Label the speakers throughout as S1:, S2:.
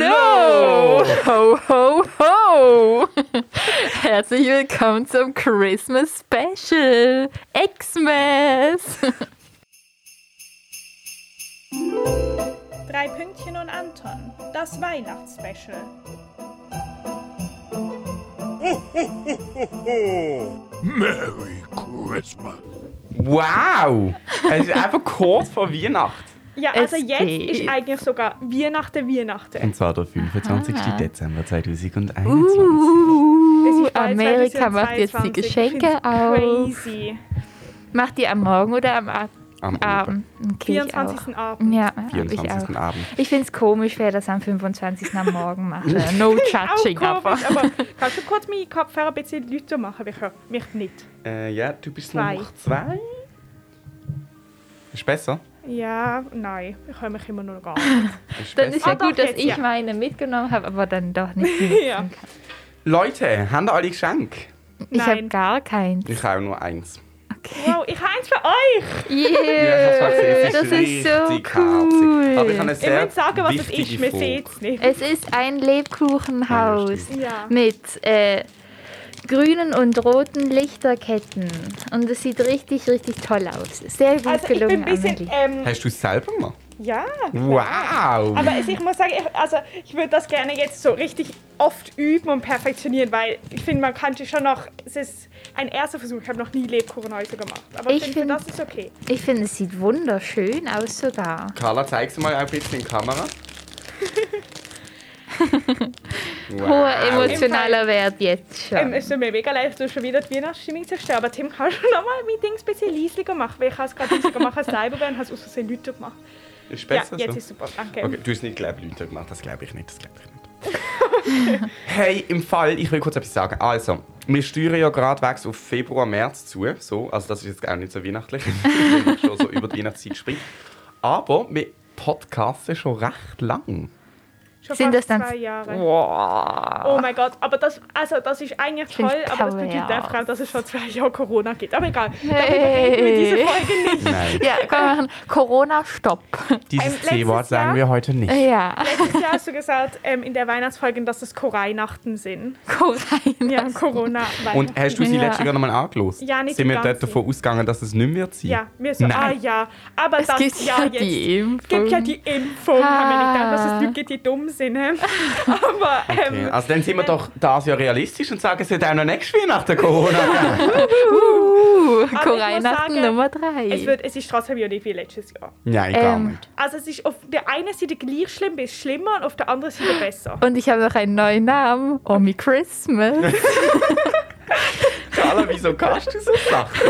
S1: Hallo! Ho, ho, ho! Herzlich willkommen zum Christmas Special! Xmas!
S2: Drei Pünktchen und Anton, das Weihnachtsspecial.
S3: Merry Christmas.
S4: Wow! Es ist einfach kurz vor Weihnachten.
S2: Ja,
S1: Es
S2: also jetzt
S1: geht.
S2: ist eigentlich sogar Weihnachten, Weihnachten.
S4: Und zwar der 25.
S1: Ah.
S4: Dezember 2021.
S2: Das
S1: Uh,
S2: ist bald
S1: Amerika macht jetzt die
S2: 2022. Ich
S1: Geschenke
S2: find's
S1: auf.
S2: Crazy.
S1: Macht die am Morgen oder am Ab-
S4: Am
S1: Abend? Okay, ich auch.
S2: 24. Abend.
S1: Ja,
S4: Abend,
S1: hab Uh, ah, ich
S4: 24.
S1: auch.
S4: Abend.
S1: Ich finde es komisch, wer das am 25. am Morgen macht. No
S2: Auch
S1: judging, aber.
S2: komisch, aber kannst du kurz meine Kopfhörer ein bisschen lauter machen? Ich höre mich nicht.
S4: Äh, ja, du bist
S2: Zwei.
S4: noch zwei. Ist besser?
S2: Ja, nein, ich höre mich immer nur noch gar nicht.
S4: Ist
S1: Dann ist
S4: besser.
S1: ja
S2: Ah, doch,
S1: gut, dass
S2: jetzt,
S1: ich
S2: ja.
S1: meine mitgenommen habe, aber dann doch nicht benutzen
S2: Ja.
S1: kann.
S4: Leute, haben da alle Geschenke?
S1: Ich habe
S2: Nein.
S1: gar keins.
S4: Ich habe nur eins.
S2: Wow, ich habe eins für euch!
S1: Yeah,
S4: Ja,
S1: Äh, das ist so
S4: richtig herzig. Aber ich habe
S1: cool.
S4: eine
S2: Ich
S4: sehr
S2: will sagen, was es
S4: wichtige
S2: ist, wir
S4: Frage.
S2: sehen es nicht.
S1: Es ist ein Lebkuchenhaus
S2: Ja.
S1: mit äh, grünen und roten Lichterketten. Und es sieht richtig, richtig toll aus. Sehr gut
S2: Also ich bin ein
S1: gelungen,
S2: bisschen,
S1: Amelie.
S2: ähm,
S4: Hast du es selber gemacht?
S2: ja.
S4: Wow!
S2: Aber es- ich muss sagen, ich, also ich würde das gerne jetzt so richtig oft üben und perfektionieren, weil ich finde, man kann sich schon noch, es ist ein erster Versuch, ich habe noch nie Lebkuchenhäuser gemacht. Aber ich
S1: Ich
S2: finde,
S1: find-
S2: das ist okay.
S1: Ich finde, es sieht wunderschön aus sogar.
S4: Carla, zeig's mal ein bisschen in die Kamera. wow.
S1: Hoher emotionaler Wert jetzt
S2: Ähm,
S1: schon.
S2: es tut mir mega leid, du schon wieder die Weihnachtsstimmung zerstört, aber Tim, kannst du noch mal mein Ding ein bisschen leiser machen? Weil ich habe es gerade leiser gemacht als selber und habe es aus Versehen lauter gemacht.
S4: Ist
S2: Ja,
S4: besser
S2: jetzt
S4: so?
S2: ist super, danke.
S4: Okay, du hast nicht glaube Leute gemacht, das glaube ich nicht, das glaube ich nicht. hey, im Fall, ich will kurz etwas sagen. Also, wir steuern ja geradewegs auf Februar, März zu, so, also das ist jetzt auch nicht so weihnachtlich, wenn ich schon so über die Weihnachtszeit springe. Aber wir podcasten schon recht lang.
S2: Schon
S1: Sind das
S2: fast
S1: dann-
S2: zwei Jahre.
S1: Wow.
S2: Oh mein Gott, aber das, also das ist eigentlich
S1: Fünf
S2: toll, aber das bedeutet
S1: Jahre.
S2: einfach, dass es schon zwei Jahre Corona gibt. Aber egal,
S1: Hey.
S2: darüber reden wir diese Folge nicht.
S4: Nein,
S1: Ja, komm, wir machen Corona-Stopp.
S4: dieses
S2: Ähm, letztes
S4: C-Wort sagen
S2: Jahr-
S4: wir heute nicht.
S1: Ja,
S2: Letztes Jahr hast du gesagt, ähm, in der Weihnachtsfolge, dass es Koreinachten sind.
S1: Corona.
S2: Ja, Corona.
S4: Und hast du sie
S1: Ja.
S4: letztes Jahr nochmal angelost?
S2: Äh, Ja, nicht
S4: Sind wir
S2: ganz
S4: dort davon ausgegangen, dass es nicht mehr wird sein?
S2: Ja, wir so, ah
S4: Nein.
S2: ja, aber
S1: Es
S2: das
S1: gibt ja
S2: jetzt.
S1: die
S2: Es
S1: Impfung. Ah.
S2: gibt ja die Impfung, haben wir nicht gedacht, dass es Leute gibt, die dumm sind. hä? Aber ähm,
S4: Okay, also dann sind wir doch das Jahr realistisch und sagen, es wird auch noch nächstes Weihnachten Corona
S2: Ähm.
S4: geben.
S1: Uh,
S2: muss
S1: Weihnachten
S2: sagen,
S1: Nummer
S2: es,
S1: 3.
S2: wird, es ist trotzdem ja nicht wie letztes Jahr.
S4: Nein, gar
S1: Ähm,
S4: nicht.
S2: Also es ist auf der einen Seite gleich schlimm bis schlimmer und auf der anderen Seite besser.
S1: Und ich habe noch einen neuen Namen, Omi Christmas.
S4: Carla, wieso kannst du so Sachen?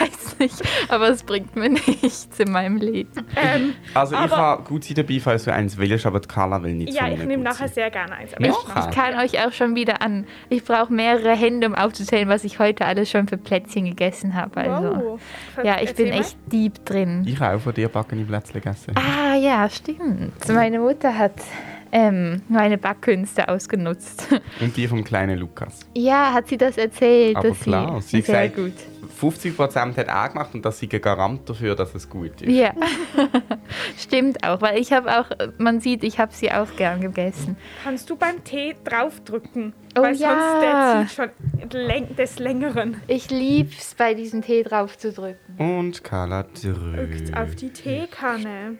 S1: Weiß nicht, aber es bringt mir nichts in meinem Leben.
S2: Ähm,
S4: Also ich
S2: Aber-
S4: habe gut sein dabei, falls du eins willst, aber die Carla will nicht
S2: ja,
S4: von
S2: ich
S4: mir
S2: nehme
S4: gut
S2: nachher
S4: sein.
S2: sehr gerne eins. Aber
S4: Ja.
S2: ich mach's.
S1: Ich kann euch auch schon wieder an. Ich brauche mehrere Hände, um aufzuzählen, was ich heute alles schon für Plätzchen gegessen habe. Also.
S2: Wow.
S1: Ja, ich bin
S2: Erzähl mal.
S1: echt deep drin.
S4: Ich habe auch von dir backene Plätzchen gegessen.
S1: Ah ja, stimmt. Meine Mutter hat ähm, meine Backkünste ausgenutzt.
S4: Und die vom kleinen Lukas.
S1: Ja, hat sie das erzählt?
S4: Aber
S1: dass
S4: klar,
S1: sie
S4: sie
S1: sehr
S4: gesagt-
S1: gut.
S4: 50% hat auch gemacht und das sei ein Garant dafür, dass es gut ist.
S1: Ja, stimmt auch, weil ich habe auch, man sieht, ich habe sie auch gern gegessen.
S2: Kannst du beim Tee draufdrücken?
S1: Oh
S2: weil
S1: ja.
S2: sonst der zieht schon läng des Längeren.
S1: Ich lieb's, bei diesem Tee drauf zu drücken.
S4: Und Carla
S2: Drückt auf
S4: drückt.
S2: die Teekanne.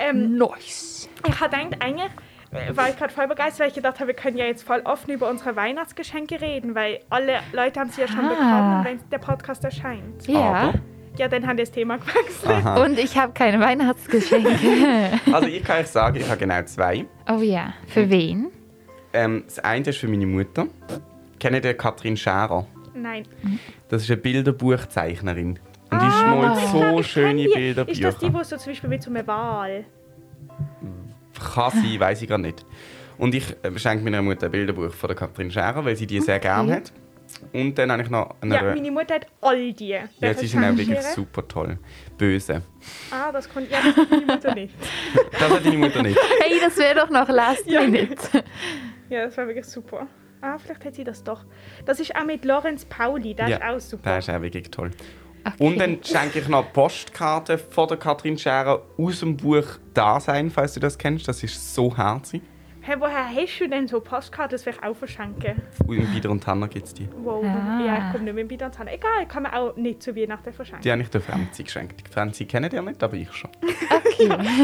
S2: Ähm,
S1: Nice.
S2: ich hatte eigentlich, eigentlich äh, war ich gerade voll begeistert, weil ich gedacht habe, wir können ja jetzt voll offen über unsere Weihnachtsgeschenke reden, weil alle Leute haben sie ja schon
S1: Ah.
S2: bekommen, wenn der Podcast erscheint.
S1: Ja.
S4: Aber-
S2: Ja, dann haben wir das Thema gewechselt.
S4: Aha.
S1: Und ich habe keine Weihnachtsgeschenke.
S4: Also ich kann euch sagen, ich habe genau zwei.
S1: oh ja, für wen?
S4: Ähm, das eine ist für meine Mutter. Kennt ihr Katrin Scherer?
S2: Nein.
S4: Das ist eine Bilderbuchzeichnerin. Und die
S2: Ah,
S4: schmalt so schöne
S2: Kennt ihr- Ist
S4: Bilderbücher.
S2: das die, wo so zum Beispiel mit so einem Wahl?
S4: Kann sein, weiß ich gar nicht. Und ich äh, schenke meiner Mutter ein Bilderbuch von der Katrin Scherer, weil sie die sehr gerne hat. Und dann habe ich noch eine...
S2: Ja, meine Mutter hat all die.
S4: ja
S2: Welche
S4: sie sind auch wirklich
S2: Schankiere?
S4: super toll. Böse.
S2: Ah, das konnte ja, das konnte meine Mutter nicht.
S4: Das hat deine Mutter nicht.
S1: Hey, das wäre doch noch Last
S2: Ja.
S1: Minute.
S2: Ja, das war wirklich super. Ah, vielleicht hat sie das doch. Das ist auch mit Lorenz Pauli, der
S4: ja,
S2: ist auch super.
S4: Der ist auch wirklich toll. Und dann schenke ich noch die Postkarte von der Katrin Scherer aus dem Buch Dasein, falls du das kennst. Das ist so herzig.
S2: Hä, woher hast du denn so Postkarten? Das will ich auch verschenken.
S4: Und im Wieder und Tanner gibt es die.
S2: Wow.
S1: Ah.
S2: Ja, ich komme nicht mehr wieder ans Hand. Egal, kann man auch nicht zu Weihnachten verschenken.
S4: Die habe ich der Franzi geschenkt. Die Franzi kennt ihr nicht, aber ich schon.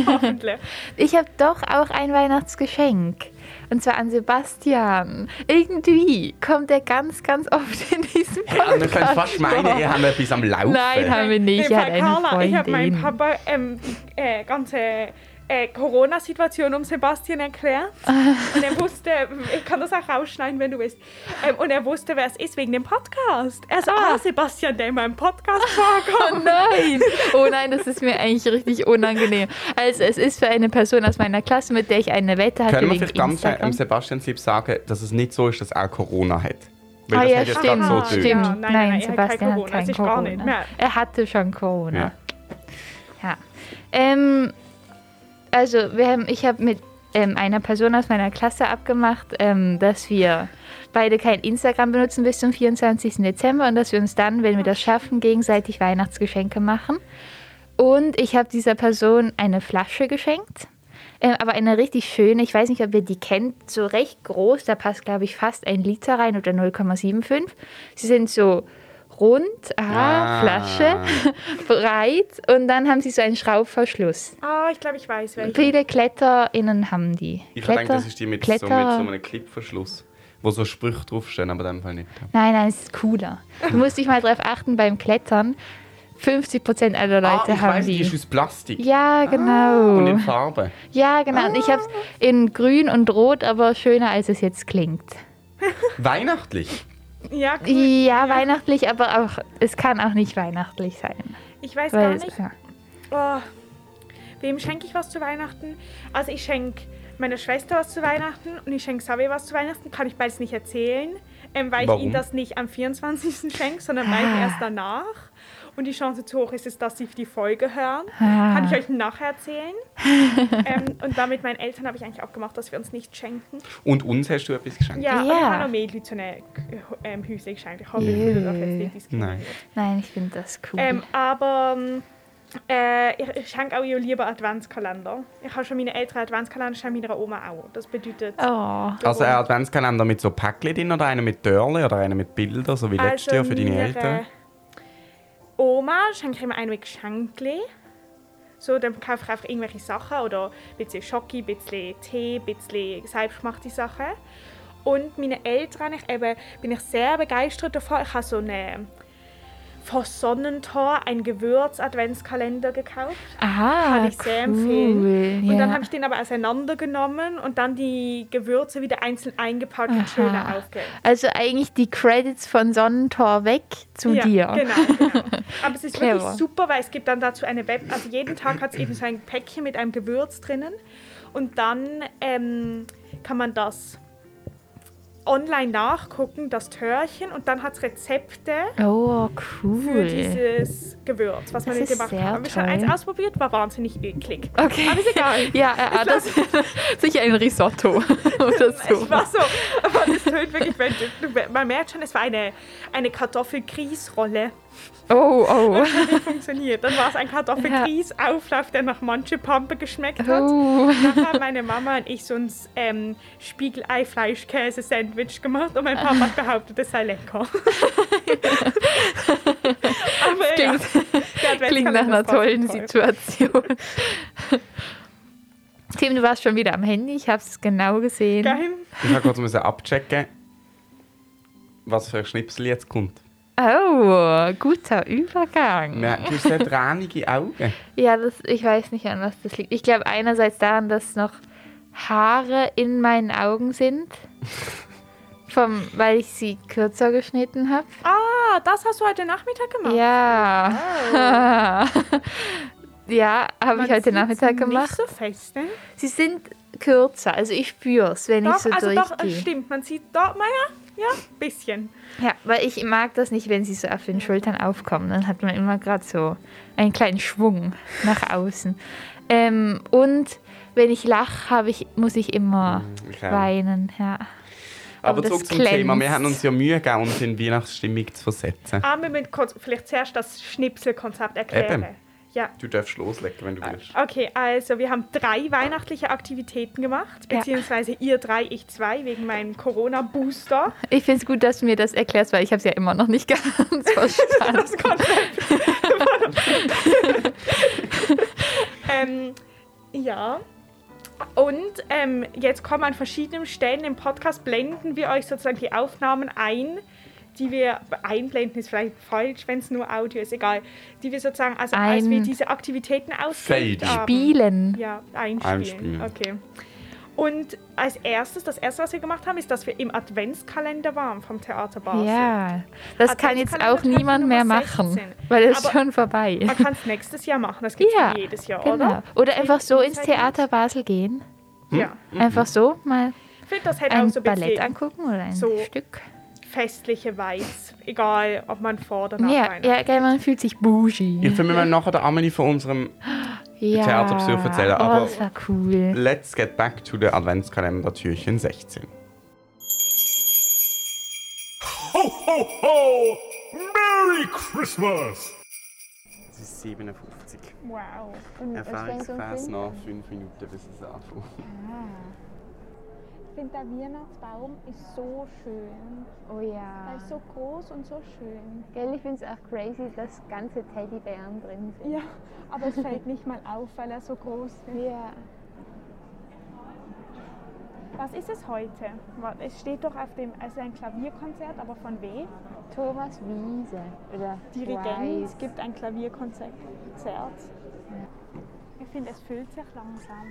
S2: Hoffentlich.
S1: Ich habe doch auch ein Weihnachtsgeschenk. Und zwar an Sebastian. Irgendwie kommt er ganz, ganz oft in diesem
S4: Und ihr könnt
S1: Podcast.
S4: fast meinen, ihr habt etwas am Laufen.
S1: Nein, haben wir nicht.
S2: Im
S1: Er
S2: Fall,
S1: hat eine
S2: Carla, ich habe meinem
S1: Freundin.
S2: Papa ähm, die äh, ganze äh, Corona-Situation um Sebastian erklärt. und er wusste, ich kann das auch rausschneiden, wenn du willst. Ähm, und er wusste, wer es ist wegen dem Podcast. Er so, ah, Sebastian, der in meinem Podcast vorkommt.
S1: Nein! Oh nein, das ist mir eigentlich richtig unangenehm. Also es ist für eine Person aus meiner Klasse, mit der ich eine Wette hatte
S4: Können wir
S1: wegen
S4: vielleicht ganz schnell
S1: Instagram.
S4: ähm, Sebastian Lieb sagen, dass es nicht so ist, dass er Corona hat? Weil
S1: Ah
S4: das
S1: ja,
S4: hat jetzt gerade
S1: stimmt,
S4: so
S2: Ah,
S4: tönt.
S1: stimmt.
S2: Ja, nein,
S1: nein,
S2: nein, nein, er hat kein
S1: Sebastian
S2: Corona,
S1: hat
S2: es
S1: kein
S2: ist gar
S1: Corona.
S2: nicht mehr.
S1: Er hatte schon Corona.
S4: Ja.
S1: Ja. Ähm, also, wir haben, ich habe mit ähm, einer Person aus meiner Klasse abgemacht, ähm, dass wir beide kein Instagram benutzen bis zum 24. Dezember und dass wir uns dann, wenn wir das schaffen, gegenseitig Weihnachtsgeschenke machen. Und ich habe dieser Person eine Flasche geschenkt. Ähm, aber eine richtig schöne, ich weiß nicht, ob ihr die kennt, so recht groß, da passt, glaube ich, fast ein Liter rein oder 0,75. Sie sind so rund, aha,
S4: Ah.
S1: Flasche, breit und dann haben sie so einen Schraubverschluss.
S2: Ah, ich glaube, ich weiß welche.
S1: Viele KletterInnen haben die.
S4: Ich denke, das ist die mit so, mit so einem Clipverschluss, wo so Sprüche draufstehen, aber in dem Fall nicht.
S1: Nein, nein, es ist cooler. Du musst dich mal drauf achten beim Klettern. 50% aller Leute
S4: ah, ich
S1: haben
S4: weiss,
S1: die.
S4: die ist aus Plastik
S1: ja, genau.
S4: und in Farbe.
S1: Ja, genau. Und ich habe es in grün und rot, aber schöner, als es jetzt klingt.
S4: Weihnachtlich.
S2: Ja, cool.
S1: Ja, weihnachtlich, aber auch, es kann auch nicht weihnachtlich sein.
S2: Ich weiß gar
S1: Weil,
S2: nicht.
S1: ja.
S2: Oh, wem schenke ich was zu Weihnachten? Also ich schenke meiner Schwester was zu Weihnachten und ich schenke Savi was zu Weihnachten. Kann ich beides nicht erzählen, ähm, weil
S4: Warum?
S2: ich ihnen das nicht am 24. schenke, sondern bald erst danach. Und die Chance zu hoch ist es, dass sie die Folge hören. Kann ich euch nachher erzählen. ähm, und damit meinen Eltern habe ich eigentlich auch gemacht, dass wir uns nicht schenken.
S4: Und uns hast du etwas geschenkt.
S2: Ja, und ich
S1: Ja.
S2: habe noch mehr Leute zu einem ähm, Häusle geschenkt. Ich hoffe, ich fühle mich jetzt nicht diskriminiert.
S4: Nein.
S1: Nein, ich finde das cool.
S2: Ähm, aber ähm, äh, ich, ich schenke auch ihr lieber Adventskalender. Ich habe schon meine älteren Adventskalender, schenke meiner Oma auch. Das bedeutet,
S1: oh.
S4: Also ein Adventskalender mit so Päckchen drin oder einer mit Törle oder einer mit Bildern, so wie letztes Jahr für deine
S2: also meiner
S4: Eltern.
S2: Oma schenke ich immer einen mit Geschenkli. So, dann kaufe ich einfach irgendwelche Sachen oder ein bisschen Schoki, ein bisschen Tee, ein bisschen selbstgemachte Sachen. Und meine Eltern, ich eben, bin ich sehr begeistert davon. Ich habe so einen von Sonnentor, ein Gewürz-Adventskalender gekauft.
S1: Aha,
S2: Kann ich sehr
S1: Ah, cool.
S2: empfehlen. Und
S1: ja.
S2: dann habe ich den aber auseinandergenommen und dann die Gewürze wieder einzeln eingepackt und schöner aufgehängt.
S1: also eigentlich die Credits von Sonnentor weg zu
S2: Ja,
S1: dir.
S2: genau, genau. Aber es ist wirklich
S1: Clever.
S2: super, weil es gibt dann dazu eine Web. Also jeden Tag hat es eben so ein Päckchen mit einem Gewürz drinnen. Und dann ähm, kann man das online nachgucken, das Törchen. Und dann hat es Rezepte
S1: Oh,
S2: für
S1: cool.
S2: dieses Gewürz, was man
S1: Das
S2: mit
S1: ist
S2: gemacht
S1: sehr
S2: hat. Haben wir schon
S1: toll.
S2: eins ausprobiert, war wahnsinnig eklig.
S1: Okay.
S2: Aber ist egal.
S1: Ja, äh, äh, das sicher ein Risotto oder so.
S2: Ich war so, aber das tönt wirklich, wenn du, du, man merkt schon, es war eine, eine Kartoffelgrießrolle.
S1: Oh, oh.
S2: Das hat nicht funktioniert. Dann war es ein Kartoffelgrießauflauf, der nach manche Pampe geschmeckt hat.
S1: Oh.
S2: Dann haben meine Mama und ich so ein ähm, Spiegelei-Fleischkäse-Sandwich gemacht und mein Papa hat behauptet, es sei lecker. aber
S1: Klingt-
S2: der Adventskalender
S1: Klingt nach einer
S2: ist trotzdem
S1: tollen
S2: toll.
S1: Situation. Tim, du warst schon wieder am Handy. Ich habe es genau gesehen.
S2: Geil.
S4: Ich habe kurz müssen abchecken, was für ein Schnipsel jetzt kommt.
S1: Oh, guter Übergang.
S4: Ja, Du hast sehr tränige Augen.
S1: Ja, das, ich weiß nicht, an was das liegt. Ich glaube einerseits daran, dass noch Haare in meinen Augen sind, vom, weil ich sie kürzer geschnitten habe.
S2: Ah, das hast du heute Nachmittag gemacht.
S1: Ja. ja, habe
S2: Man
S1: ich heute
S2: sieht's
S1: Nachmittag
S2: Nicht
S1: gemacht.
S2: so fest, ne?
S1: Sie sind kürzer, also ich spüre es, wenn ich
S2: Doch,
S1: so
S2: also doch, äh,
S1: durchgehe.
S2: stimmt. Man sieht dort, naja, ja, ein bisschen.
S1: Ja, weil ich mag das nicht, wenn sie so auf den Schultern aufkommen. Dann hat man immer gerade so einen kleinen Schwung nach außen. Ähm, und wenn ich lache, ich, muss ich immer
S4: okay.
S1: weinen. Ja.
S4: Mhm, Aber,
S1: Aber das
S4: zurück zum
S1: glänzt.
S4: Thema. Wir haben uns ja Mühe gegeben, uns in Weihnachtsstimmung zu versetzen.
S2: Ah, wir müssen kurz, vielleicht zuerst das Schnipselkonzept erklären.
S4: Eben.
S2: Ja.
S4: Du darfst loslegen, wenn du willst.
S2: Okay, also wir haben drei weihnachtliche Aktivitäten gemacht,
S1: Ja.
S2: beziehungsweise ihr drei, ich zwei, wegen meinem Corona-Booster.
S1: Ich finde es gut, dass du mir das erklärst, weil ich habe es ja immer noch nicht ganz verstanden.
S2: Das Konzept. ähm, ja. Und ähm, jetzt kommen an verschiedenen Stellen im Podcast, blenden wir euch sozusagen die Aufnahmen ein, die wir, einblenden ist vielleicht falsch, wenn es nur Audio ist, egal, die wir sozusagen, also als
S1: Ein-
S2: wir diese Aktivitäten ausgewählt
S4: Fade.
S2: haben.
S1: Spielen.
S2: Ja, einspielen.
S4: Einspielen.
S2: Okay. Und als erstes, das erste, was wir gemacht haben, ist, dass wir im Adventskalender waren vom Theater Basel.
S1: Ja, das kann jetzt
S2: Adventskalender
S1: auch niemand mehr
S2: Nummer
S1: machen,
S2: 16.
S1: weil es
S2: Aber-
S1: schon vorbei
S2: Man
S1: ist.
S2: kann es nächstes Jahr machen, das gibt es
S1: Ja,
S2: jedes Jahr,
S1: Genau.
S2: oder?
S1: Oder einfach so ins
S2: Zeit nicht.
S1: Theater Basel gehen.
S4: Hm?
S2: Ja.
S4: Mhm.
S1: Einfach so mal
S2: Ich finde, das hätte auch
S1: ein
S2: so ein
S1: Ballett
S2: bisschen
S1: angucken oder ein
S2: so
S1: Stück.
S2: festliche Vibes, egal ob man vor oder nach
S1: Ja,
S2: Weihnachten-
S1: ja, gell, man fühlt sich bougie.
S4: Ich finde, wir müssen nachher der Amelie von unserem
S1: Ja.
S4: Theaterbesuch erzählen, aber-
S1: oh, das war cool.
S4: Let's Get Back to the Adventskalender Türchen 16.
S3: Ho, ho, ho! Merry Christmas!
S4: Es ist 57.
S2: Wow.
S4: Erfahrungsphase nach 5 Minuten, bis es anfängt.
S5: Ich finde, der Weihnachtsbaum ist so schön.
S6: Oh
S5: Er
S6: ja.
S5: ist so groß und so schön.
S6: Gell, ich finde es auch crazy, dass ganze Teddybären drin sind.
S5: Ja, aber es fällt nicht mal auf, weil er so groß ist.
S6: Ja.
S5: Was ist es heute? Wa- Es steht doch auf dem, es ist ein Klavierkonzert, aber von wem?
S6: Thomas Wiese oder
S5: Dirigent
S6: Weiss.
S5: gibt ein Klavierkonzert. Ich finde, es füllt sich langsam.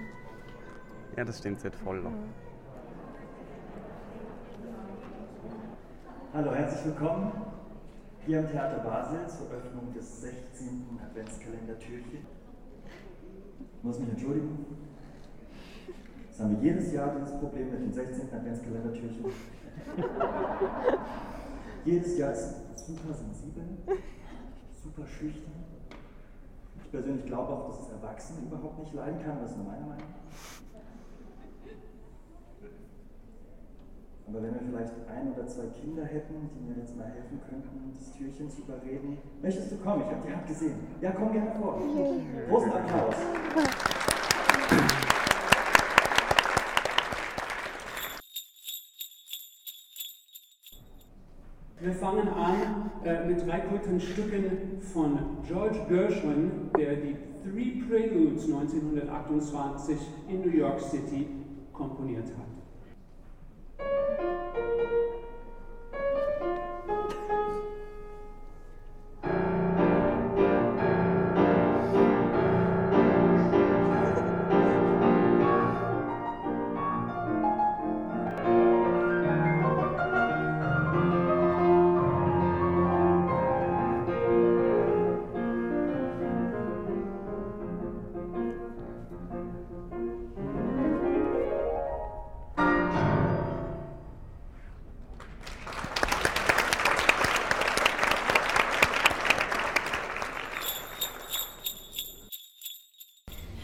S4: Ja, das stimmt, es hat voll noch.
S7: Hallo, herzlich willkommen hier am Theater Basel zur Öffnung des 16. Adventskalendertürchen. Ich muss mich entschuldigen. Das haben wir jedes Jahr, dieses Problem mit dem 16. Adventskalendertürchen. jedes Jahr ist es super sensibel, super schüchtern. Ich persönlich glaube auch, dass es Erwachsene überhaupt nicht leiden kann, das ist nur meine Meinung. Aber wenn wir vielleicht ein oder zwei Kinder hätten, die mir jetzt mal helfen könnten, das Türchen zu überreden. Möchtest du kommen? Ich habe die Hand gesehen. Ja, komm gerne vor. Großen Applaus.
S8: Wir fangen an äh, mit drei kurzen Stücken von George Gershwin, der die Three Preludes 1928 in New York City komponiert hat.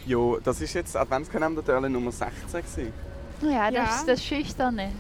S4: Jo, das ist jetzt Adventskalender Türchen Nummer 16 gewesen.
S1: Ja, das, das Schüchterne.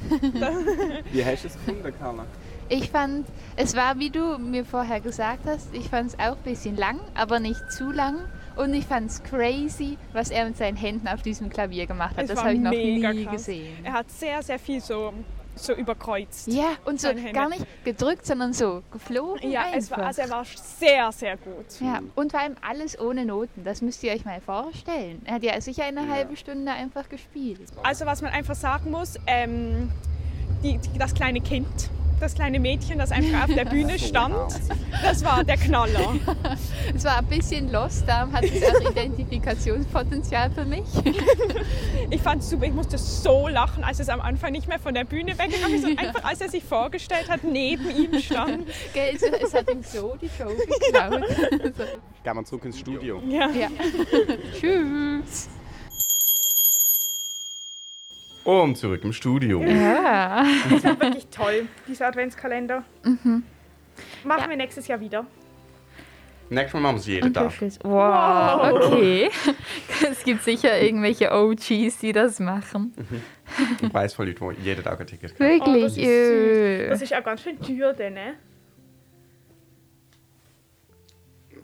S4: Wie hast du es gefunden, Carla?
S1: Ich fand, es war, wie du mir vorher gesagt hast, ich fand es auch ein bisschen lang, aber nicht zu lang. Und ich fand es crazy, was er mit seinen Händen auf diesem Klavier gemacht hat.
S2: Es
S1: das
S2: war
S1: habe ich noch
S2: mega
S1: nie
S2: krass.
S1: gesehen.
S2: Er hat sehr, sehr viel so, so überkreuzt.
S1: Ja, und so
S2: Seine Hände.
S1: gar nicht gedrückt, sondern so geflogen.
S2: Ja,
S1: einfach.
S2: es war, also er war sehr, sehr gut.
S1: ja, und vor allem alles ohne Noten. Das müsst ihr euch mal vorstellen. Er hat ja sicher eine halbe Stunde einfach gespielt.
S2: Also was man einfach sagen muss, ähm, die, die, das kleine Kind, das kleine Mädchen, das einfach auf der Bühne stand,
S4: Genau.
S2: das war der Knaller.
S1: Es war ein bisschen lost, darum hat es auch Identifikationspotenzial für mich.
S2: Ich fand super, ich musste so lachen, als es am Anfang nicht mehr von der Bühne weggegangen ist, sondern einfach als er sich vorgestellt hat, neben ihm stand.
S1: Gell, es, es hat ihm so die Show geklaut.
S4: Gehen wir zurück ins Studio.
S2: Ja.
S1: Ja. Tschüss.
S4: Und zurück im Studio.
S1: Ja.
S2: Das war wirklich
S1: Mhm.
S2: toll, dieser Adventskalender. Machen wir nächstes Jahr wieder.
S4: Nächstes Mal machen wir es jeden
S1: Und
S4: Tag.
S1: Würfels. Wow, okay. Es gibt sicher irgendwelche OGs, die das machen.
S4: Ich weiß von Leuten, die jeden Tag ein Ticket kaufen.
S1: Wirklich,
S2: das ist
S1: äh.
S2: Das ist auch ganz schön teuer, dann, ne?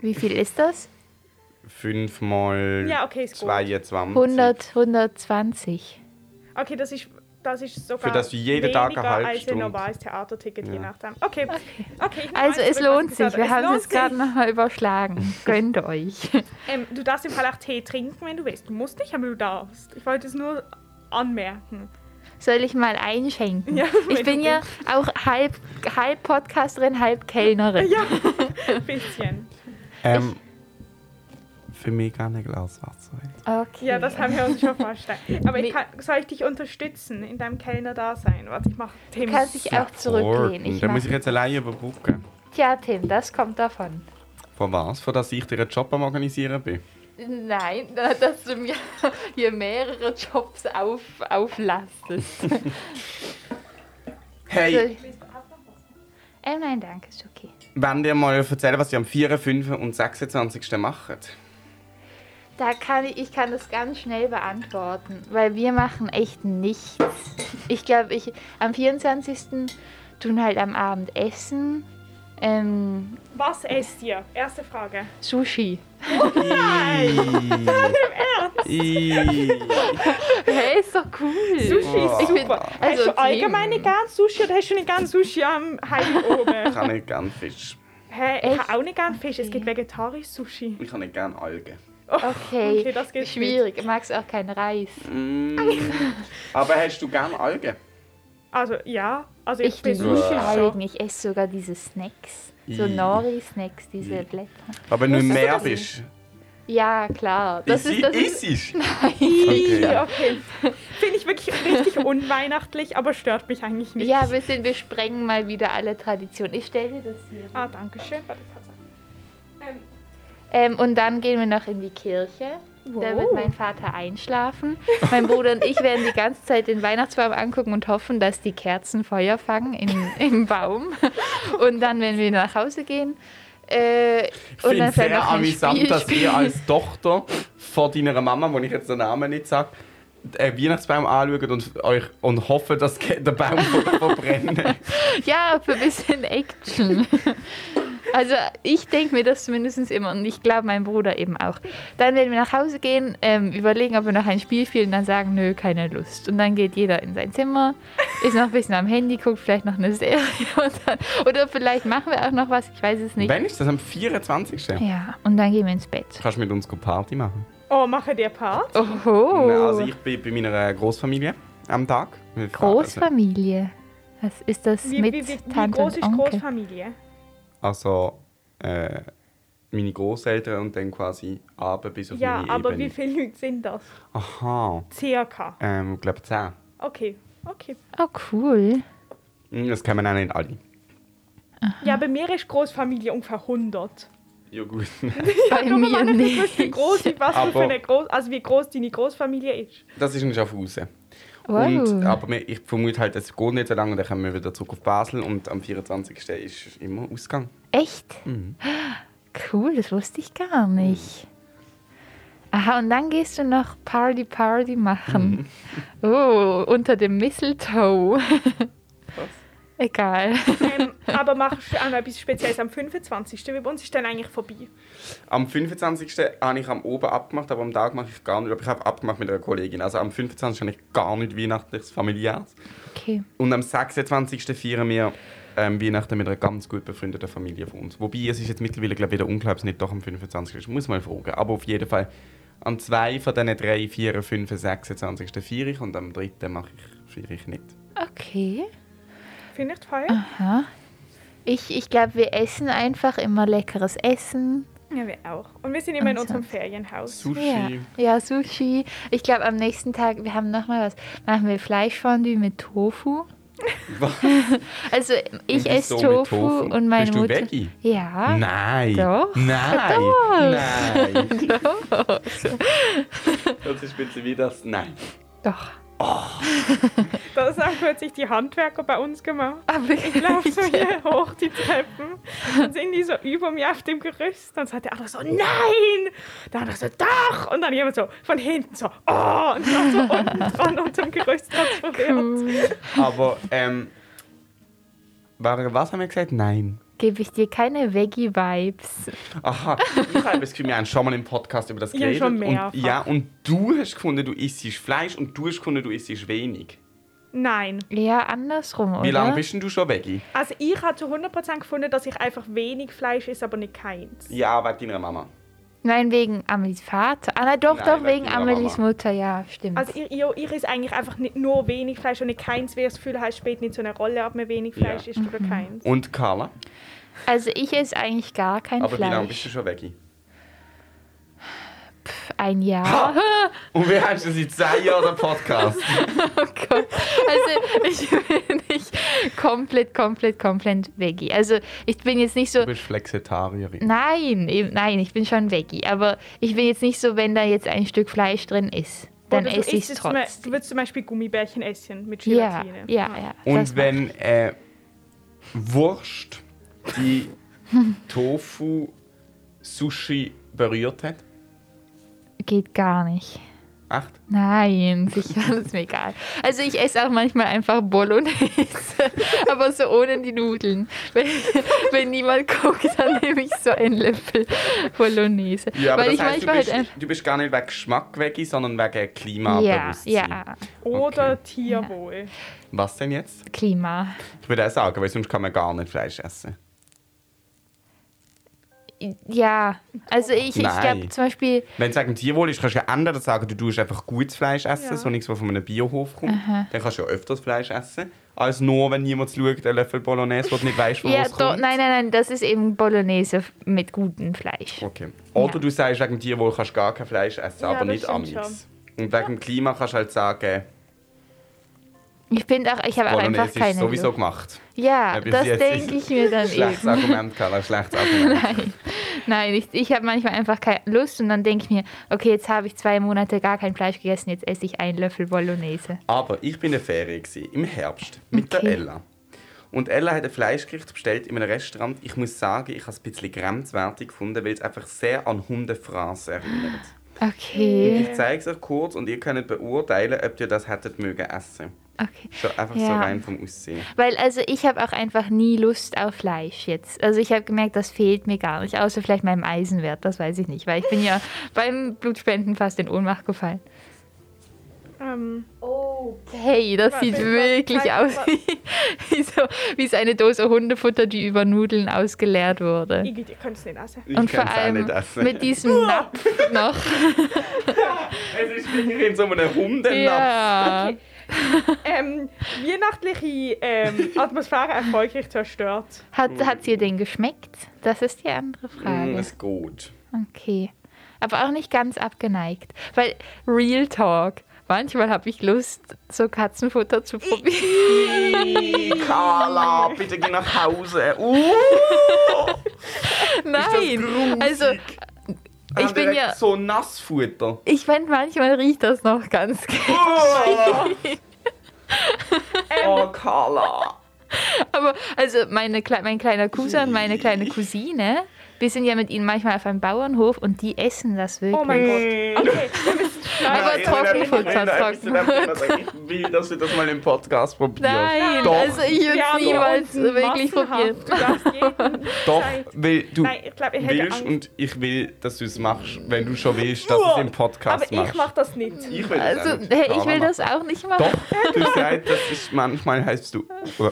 S1: Wie viel ist das?
S4: 5 mal
S2: Ja, okay, ist gut.
S4: 22.
S1: 100, 120.
S2: Okay, das ist, das ist sogar
S4: Für das du jeden Tag eine
S2: weniger
S4: halbe
S2: als ein
S4: Stunde.
S2: normales Theaterticket, je
S4: Ja.
S2: nachdem. Okay, okay. ich nehme
S1: Also
S2: alles
S1: es
S2: zurück, was
S1: lohnt sich.
S2: ich gesagt habe.
S1: Wir haben
S2: lohnt
S1: es gerade
S2: sich.
S1: nochmal überschlagen. Gönnt euch.
S2: Ähm, du darfst im Fall auch Tee trinken, wenn du willst. Du musst nicht, aber du darfst. Ich wollte es nur anmerken.
S1: Soll ich mal einschenken?
S2: Ja,
S1: ich
S2: wenn
S1: bin
S2: du
S1: ja auch halb, halb Podcasterin, halb Kellnerin.
S2: Ja, ein bisschen.
S4: Ähm, für mich gerne ein Glas Wasser.
S1: Okay.
S2: Ja, das haben wir uns schon vorgestellt. Aber
S1: Wie-
S2: ich kann, soll ich dich unterstützen in deinem Kellner-Dasein? Warte, ich mache Tim.
S1: Du kannst dich auch zurücklehnen. Ich
S4: Da
S1: mach-
S4: muss ich jetzt alleine überbrücken.
S1: Tja, Tim, das kommt davon.
S4: Von was? Von dass ich dir einen Job am Organisieren bin?
S1: Nein, da- dass du mir hier mehrere Jobs auf, auflastest.
S4: Hey,
S1: Ähm, nein, danke, ist okay.
S4: wenn dir mal erzählen, was ihr am 4., 5. und 26. macht.
S1: Da kann ich, ich kann das ganz schnell beantworten, weil wir machen echt nichts. Ich glaube, ich am 24. tun halt am Abend essen. Ähm,
S2: Was esst ihr? Erste Frage.
S1: Sushi.
S4: Ih.
S1: Hey, ist doch cool.
S2: Sushi ist
S1: Ich
S2: super.
S1: bin-
S2: hast
S1: also
S2: du allgemein eine ganz Sushi oder hast du eine ganz Sushi am Heim oben?
S4: Ich kann nicht gern Fisch.
S2: Hä, ich
S1: Echt?
S2: habe auch nicht gern Fisch. Es gibt vegetarisch Sushi.
S4: Ich kann nicht gern Algen.
S1: Okay,
S2: Okay, das geht
S1: schwierig. Du magst auch keinen Reis.
S4: Aber hast du gern Algen?
S2: Also ja, also ich,
S1: Ich
S2: bin
S1: liebe
S2: Sushi
S1: Algen.
S2: schon.
S1: Ich esse sogar diese Snacks. So
S4: Ih.
S1: Nori-Snacks, diese Blätter.
S4: Aber nicht mehr bist.
S1: Ja, klar. Das ist, das ist,
S4: ist.
S2: Okay.
S4: Okay.
S2: okay. Finde ich wirklich richtig unweihnachtlich, aber stört mich eigentlich nicht.
S1: ja, wir, sind, wir sprengen mal wieder alle Traditionen. Ich stelle dir das hier.
S2: Ah, danke schön. Warte, ich kann's sagen.
S1: Ähm, und dann gehen wir noch in die Kirche. Da wird mein Vater einschlafen. Mein Bruder und ich werden die ganze Zeit den Weihnachtsbaum angucken und hoffen, dass die Kerzen Feuer fangen im, im Baum. Und dann, wenn wir nach Hause gehen, äh,
S4: Ich
S1: und
S4: finde
S1: dann vielleicht
S4: es sehr
S1: noch ein
S4: amüsant,
S1: Spiel
S4: dass ihr
S1: spielen.
S4: als Tochter von deiner Mama, wo ich jetzt den Namen nicht sage, einen Weihnachtsbaum anschaut und, euch, und hofft, dass der Baum ver- verbrennt.
S1: Ja, für ein bisschen Action. Also ich denke mir das zumindest immer und ich glaube mein Bruder eben auch. Dann werden wir nach Hause gehen, ähm, überlegen, ob wir noch ein Spiel spielen, dann sagen, nö, keine Lust. Und dann geht jeder in sein Zimmer, ist noch ein bisschen am Handy, guckt vielleicht noch eine Serie und dann, oder vielleicht machen wir auch noch was, ich weiß es nicht.
S4: Wann ist das? Am 24.
S1: Ja, und dann gehen wir ins Bett.
S4: Kannst du mit uns Party machen?
S2: Oh, mache dir Part?
S1: Oho,
S4: Nein, Also ich bin bei meiner Großfamilie am Tag. Wir fahren-
S1: Großfamilie. Was ist das
S2: Wie,
S1: mit
S2: wie, wie, wie
S1: Tante
S2: groß ist
S1: und Onkel?
S2: Großfamilie?
S4: Also äh, meine Großeltern und dann quasi ab bis auf
S2: Ja,
S4: meine
S2: aber
S4: Ebene.
S2: wie viele Leute sind das?
S4: Aha,
S2: Circa.
S4: ähm, ich glaube 10.
S2: Okay, okay.
S1: Oh cool.
S4: Hm, Das kennen wir auch nicht alle.
S2: Ja, bei mir ist Großfamilie ungefähr 100.
S4: Ja gut.
S1: Bei mir
S2: Mann, ich
S1: nicht.
S2: weiß, wie groß, die- was du
S4: Aber-
S2: für eine groß, also wie groß deine Großfamilie ist.
S4: Das ist in Schaffhausen.
S1: Wow.
S4: Und, aber wir- ich vermute halt, es geht nicht so lange, dann kommen wir wieder zurück auf Basel und am 24. ist immer Ausgang.
S1: Echt?
S4: Mhm.
S1: Cool, das wusste ich gar nicht. Aha, und dann gehst du noch Party Party machen.
S4: Mhm.
S1: Oh, unter dem Mistletoe. Egal.
S2: Ähm, aber machst du auch noch etwas Spezielles am 25. Weil bei uns ist dann eigentlich vorbei.
S4: Am 25. habe ich am Oben abgemacht, aber am Tag mache ich gar nicht. Aber ich habe abgemacht mit einer Kollegin. Also am 25. habe ich gar nicht weihnachtliches Familiäres.
S1: Okay.
S4: Und am 26. feiern wir ähm, Weihnachten mit einer ganz gut befreundeten Familie von uns. Wobei, es ist jetzt mittlerweile, glaube ich, wieder unklar, ob es nicht doch am 25. ist. Muss mal fragen. Aber auf jeden Fall, an zwei von diesen drei, vier, fünf, 26. feiere ich und am dritten mache ich, feiere ich nicht.
S1: Okay.
S2: Vielleicht
S1: Ah.
S2: vorher?
S1: Ich, ich glaube, wir essen einfach immer leckeres Essen.
S2: Ja, wir auch. Und wir sind immer in
S1: Und
S2: unserem Ferienhaus.
S4: Sushi.
S1: Ja, ja Sushi. Ich glaube, am nächsten Tag, wir haben nochmal was. Machen wir Fleischfondue mit Tofu.
S4: Was?
S1: Also, ich
S4: wieso
S1: esse
S4: mit
S1: Tofu,
S4: Tofu?
S1: und meine
S4: Bist du
S1: Mutter.
S4: Veggie?
S1: Ja.
S4: Nein.
S1: Ah, Doch.
S4: Nein.
S1: Doch.
S4: Nein. Das ist ein bisschen wie das. Nein.
S1: Doch.
S2: Das haben plötzlich die Handwerker bei uns gemacht.
S1: Aber
S2: Ich laufe so hier hoch die Treppen und sind die so über mir auf dem Gerüst. Dann sagt der andere so, nein! Der andere so, doch! Und dann jemand so von hinten so, oh! Und dann so unten dran unter dem Gerüst transformiert.
S4: Aber, ähm. Barbara, was haben wir gesagt? Nein.
S1: Gebe ich dir keine Veggie-Vibes.
S4: Aha, ich habe das Gefühl, wir haben schon mal im Podcast über das
S2: Ja,
S4: geredet.
S2: schon mehrfach.
S4: und, ja, und du hast gefunden, du isst Fleisch und du hast gefunden, du isst wenig.
S2: Nein.
S1: Eher andersrum, oder?
S4: Wie lange bist denn du schon Veggie?
S2: Also ich habe zu 100% gefunden, dass ich einfach wenig Fleisch esse, aber nicht keins.
S4: Ja, wegen deiner Mama.
S1: Nein, wegen Amelies Vater. Ah, nein, doch,
S4: Nein,
S1: doch,
S4: wegen
S1: wegen
S4: ihrer
S1: Amelies
S4: Mama.
S1: Mutter, ja, stimmt.
S2: Also ich, ich, ich esse eigentlich einfach nicht nur wenig Fleisch und nicht keins, weil ich das Gefühl habe, es spielt nicht so eine Rolle, ob man wenig Fleisch
S4: Ja.
S2: isst
S1: Mhm.
S2: oder keins.
S4: Und Carla?
S1: Also ich esse eigentlich gar kein
S4: Aber wie lange
S1: Fleisch.
S4: bist du schon Veggie?
S1: Ein Jahr.
S4: Und wir haben schon seit zwei Jahren den Podcast.
S1: Gott. Also ich bin nicht komplett, komplett, komplett Veggie. Also ich bin jetzt nicht so.
S4: bist Flexitarierin.
S1: Nein, eben, nein, ich bin schon Veggie. Aber ich bin jetzt nicht so, wenn da jetzt jetzt ein Stück Fleisch drin ist, dann
S2: Oder du
S1: esse ich es
S2: isst zum- Du
S1: trotzdem.
S2: würdest zum Beispiel Gummibärchen essen mit
S1: Ja,
S2: Gelatine.
S1: ja, ja. das
S4: Und wenn äh, Wurst die Tofu-Sushi berührt hat?
S1: geht gar nicht.
S4: Acht?
S1: Nein, sicher, ist mir egal. Also ich esse auch manchmal einfach Bolognese, aber so ohne die Nudeln. Wenn, wenn niemand guckt, dann nehme ich so einen Löffel Bolognese.
S4: Ja, aber
S1: Weil
S4: das
S1: ich
S4: heißt, du
S1: manchmal
S4: bist,
S1: halt einfach...
S4: du bist gar nicht wegen Geschmack Veggie, sondern wegen
S1: Ja,
S4: Klimabewusstsein.
S1: ja,
S2: Oder
S4: Okay.
S2: Tierwohl.
S4: Was denn jetzt?
S1: Klima.
S4: Ich würde auch sagen, weil sonst kann man gar nicht Fleisch essen.
S1: Ja, also ich, ich
S4: Nein.
S1: glaube zum Beispiel,
S4: Wenn es wegen Tierwohl ist, kannst du ja entweder sagen, du tust einfach gutes Fleisch essen,
S2: Ja.
S4: so nichts, was von einem Biohof kommt. Dann kannst du ja öfters Fleisch essen, als nur, wenn jemand schaut, einen Löffel Bolognese, wo du nicht weißt, wo
S1: ja,
S4: es kommt.
S1: doch, nein, nein, nein, das ist eben Bolognese mit gutem Fleisch.
S4: Okay. Oder
S1: Ja.
S4: du sagst, wegen Tierwohl kannst du gar kein Fleisch essen,
S2: Ja,
S4: aber
S2: das
S4: nicht
S2: stimmt
S4: Amis. Und wegen dem Klima kannst du halt sagen,
S1: Ich bin auch, ich habe auch einfach
S4: Bolognese
S1: keine
S4: ist sowieso
S1: Lust.
S4: gemacht.
S1: Ja,
S4: Ja, bis
S1: das
S4: jetzt
S1: denke
S4: ist-
S1: ich mir dann eben.
S4: Schlechtes Argument, Carla, schlechtes Argument.
S1: Nein, nein ich, ich habe manchmal einfach keine Lust und dann denke ich mir, okay, jetzt habe ich zwei Monate gar kein Fleisch gegessen, jetzt esse ich einen Löffel Bolognese.
S4: Aber ich bin in der Ferien gewesen, im Herbst mit
S1: Okay.
S4: der Ella. Und Ella hat ein Fleischgericht bestellt in einem Restaurant. Ich muss sagen, ich habe es ein bisschen grenzwertig gefunden, weil es einfach sehr an Hundefraß erinnert.
S1: Okay,
S4: Ich zeige es euch kurz und ihr könnt beurteilen, ob ihr das hättet mögen essen.
S1: okay.
S4: So, einfach so
S1: Ja.
S4: rein vom Aussehen.
S1: Weil also ich habe auch einfach nie Lust auf Fleisch jetzt. Also ich habe gemerkt, das fehlt mir gar nicht, außer vielleicht meinem Eisenwert, das weiß ich nicht, weil ich bin ja beim Blutspenden fast in Ohnmacht gefallen.
S2: Ähm,
S1: Hey, das sieht
S2: warte,
S1: wirklich
S2: warte,
S1: aus wie, wie, so, wie so eine Dose Hundefutter, die über Nudeln ausgeleert wurde.
S2: ich, ich könnte es nicht essen.
S4: Ich
S1: Und
S4: könnte
S1: vor
S4: es auch
S1: allem
S4: nicht essen.
S1: mit diesem Napf noch.
S4: Es ist wirklich in so einem Hundennapf.
S1: Ja.
S2: Ähm, weihnachtliche ähm, Atmosphäre erfolgreich zerstört.
S1: Hat,
S4: Mhm.
S1: hat's ihr denn geschmeckt? Das ist die andere
S4: Mm,
S1: Frage.
S4: ist gut.
S1: Okay. Aber auch nicht ganz abgeneigt. Weil, Real Talk, manchmal habe ich Lust, so Katzenfutter zu probieren.
S4: Carla, bitte geh nach Hause. Uh,
S1: Nein! Also, ich bin
S4: direkt
S1: ja.
S4: so Nassfutter.
S1: Ich fand, manchmal riecht das noch ganz gut.
S4: Oh, oh Carla.
S1: Aber, also, meine, Kle- mein kleiner Cousin und meine kleine Cousine, wir sind ja mit ihnen manchmal auf einem Bauernhof und die essen das wirklich.
S2: Oh mein Gott. Okay,
S1: Aber Trockenfutter, Trockenfutter.
S4: Ich will, dass wir das mal im Podcast probieren.
S1: Nein,
S4: Doch.
S1: also ich würde
S2: wir
S1: es
S2: haben
S1: niemals
S2: unten
S1: wirklich probieren.
S2: massenhaft. Du darfst jeden
S4: Doch,
S2: Zeit-
S4: weil du
S2: Nein, ich glaube, ich hätte
S4: willst
S2: Angst.
S4: und ich will, dass du es machst, wenn du schon willst, dass du es im Podcast
S2: Aber ich
S4: machst.
S2: mache das nicht.
S4: Ich will, das
S1: Also,
S4: auch nicht.
S1: hey, ich
S4: Carla
S1: will
S4: macht
S1: das auch nicht machen.
S4: Doch, du sagst, das ist manchmal heißt du.
S1: Nein,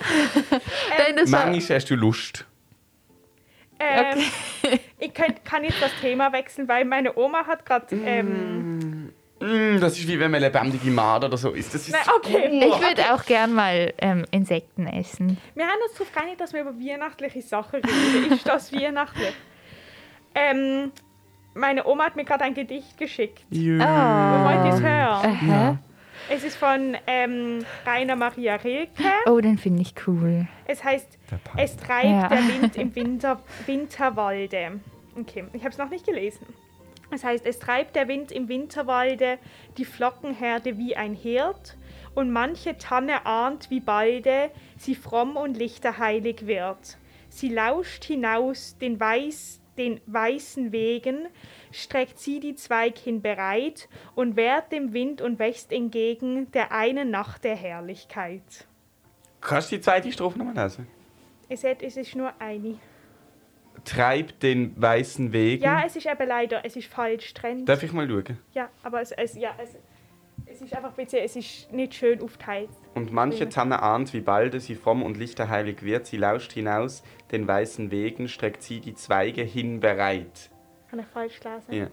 S1: das war,
S4: Manchmal hast du Lust.
S2: Ähm, Ich könnt, kann jetzt das Thema wechseln, weil meine Oma hat gerade... Ähm,
S4: Mm, das ist wie wenn man lebendige Made oder so ist. Das ist
S2: nein, okay.
S1: ich würde auch gern mal ähm, Insekten essen.
S2: Wir haben uns darauf geeinigt, dass wir über weihnachtliche Sachen reden. Ist das weihnachtlich? Ähm, meine Oma hat mir gerade ein Gedicht geschickt. Wollt ihr es hören?
S1: Aha.
S2: Es ist von ähm, Rainer Maria Rilke.
S1: Oh, den finde ich cool.
S2: Es heißt,
S4: Punk.
S2: es treibt
S1: Ja.
S2: der Wind im Winter, Winterwalde. Okay, ich habe es noch nicht gelesen. Es heißt, es treibt der Wind im Winterwalde die Flockenherde wie ein Hirt und manche Tanne ahnt, wie balde sie fromm und lichterheilig wird. Sie lauscht hinaus den, weiß, den weißen Wegen, streckt sie die Zweig hin bereit und wehrt dem Wind und wächst entgegen der einen Nacht der Herrlichkeit.
S4: Kannst du die zweite Strophe nochmal lesen?
S2: Ihr seht, es ist nur eine.
S4: Treib den weißen Weg.
S2: Ja, es ist eben leider, es ist falsch trennt.
S4: Darf ich mal schauen?
S2: Ja, aber es, es, ja, es, es ist einfach ein bisschen, es ist nicht schön aufgeteilt.
S4: Und manche Tanne ahnt, wie balde sie fromm und lichterheilig wird. Sie lauscht hinaus den weißen Wegen, streckt sie die Zweige hin bereit.
S2: Habe ich falsch gelesen?
S4: Ja,